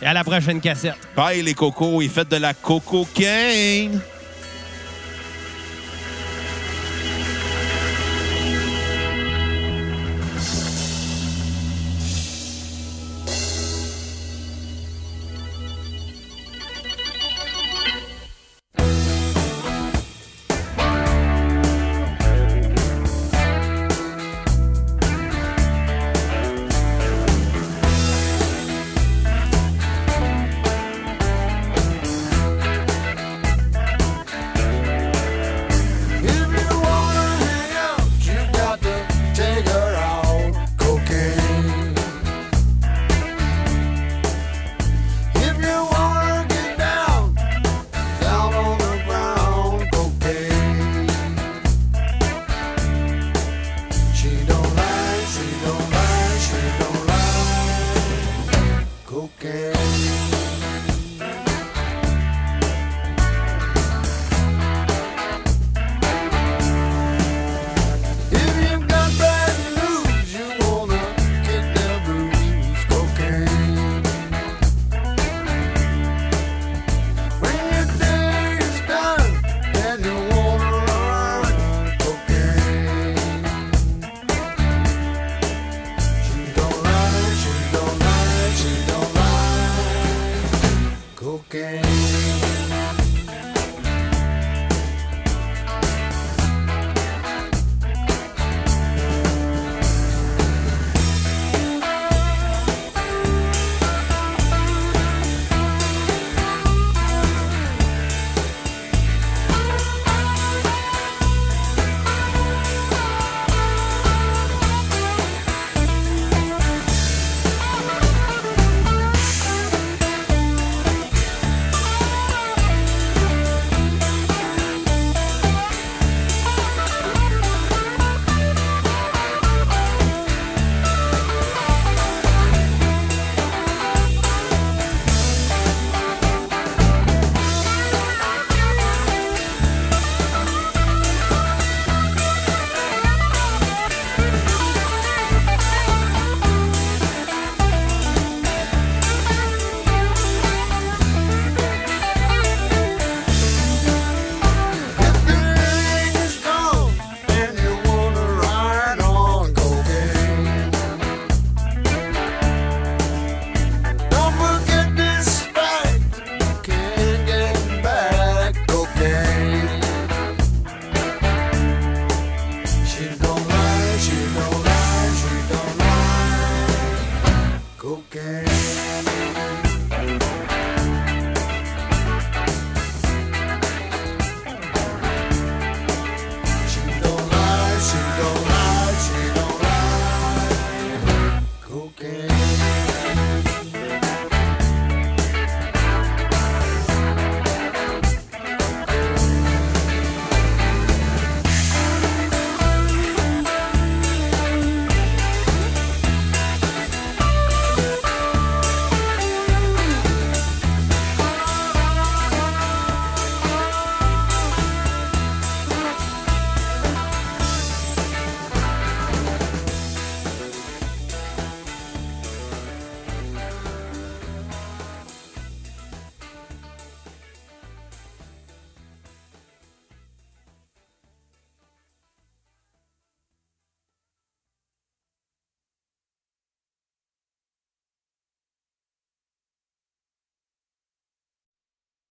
S3: Et à la prochaine cassette.
S1: Bye les cocos et faites de la coco cane.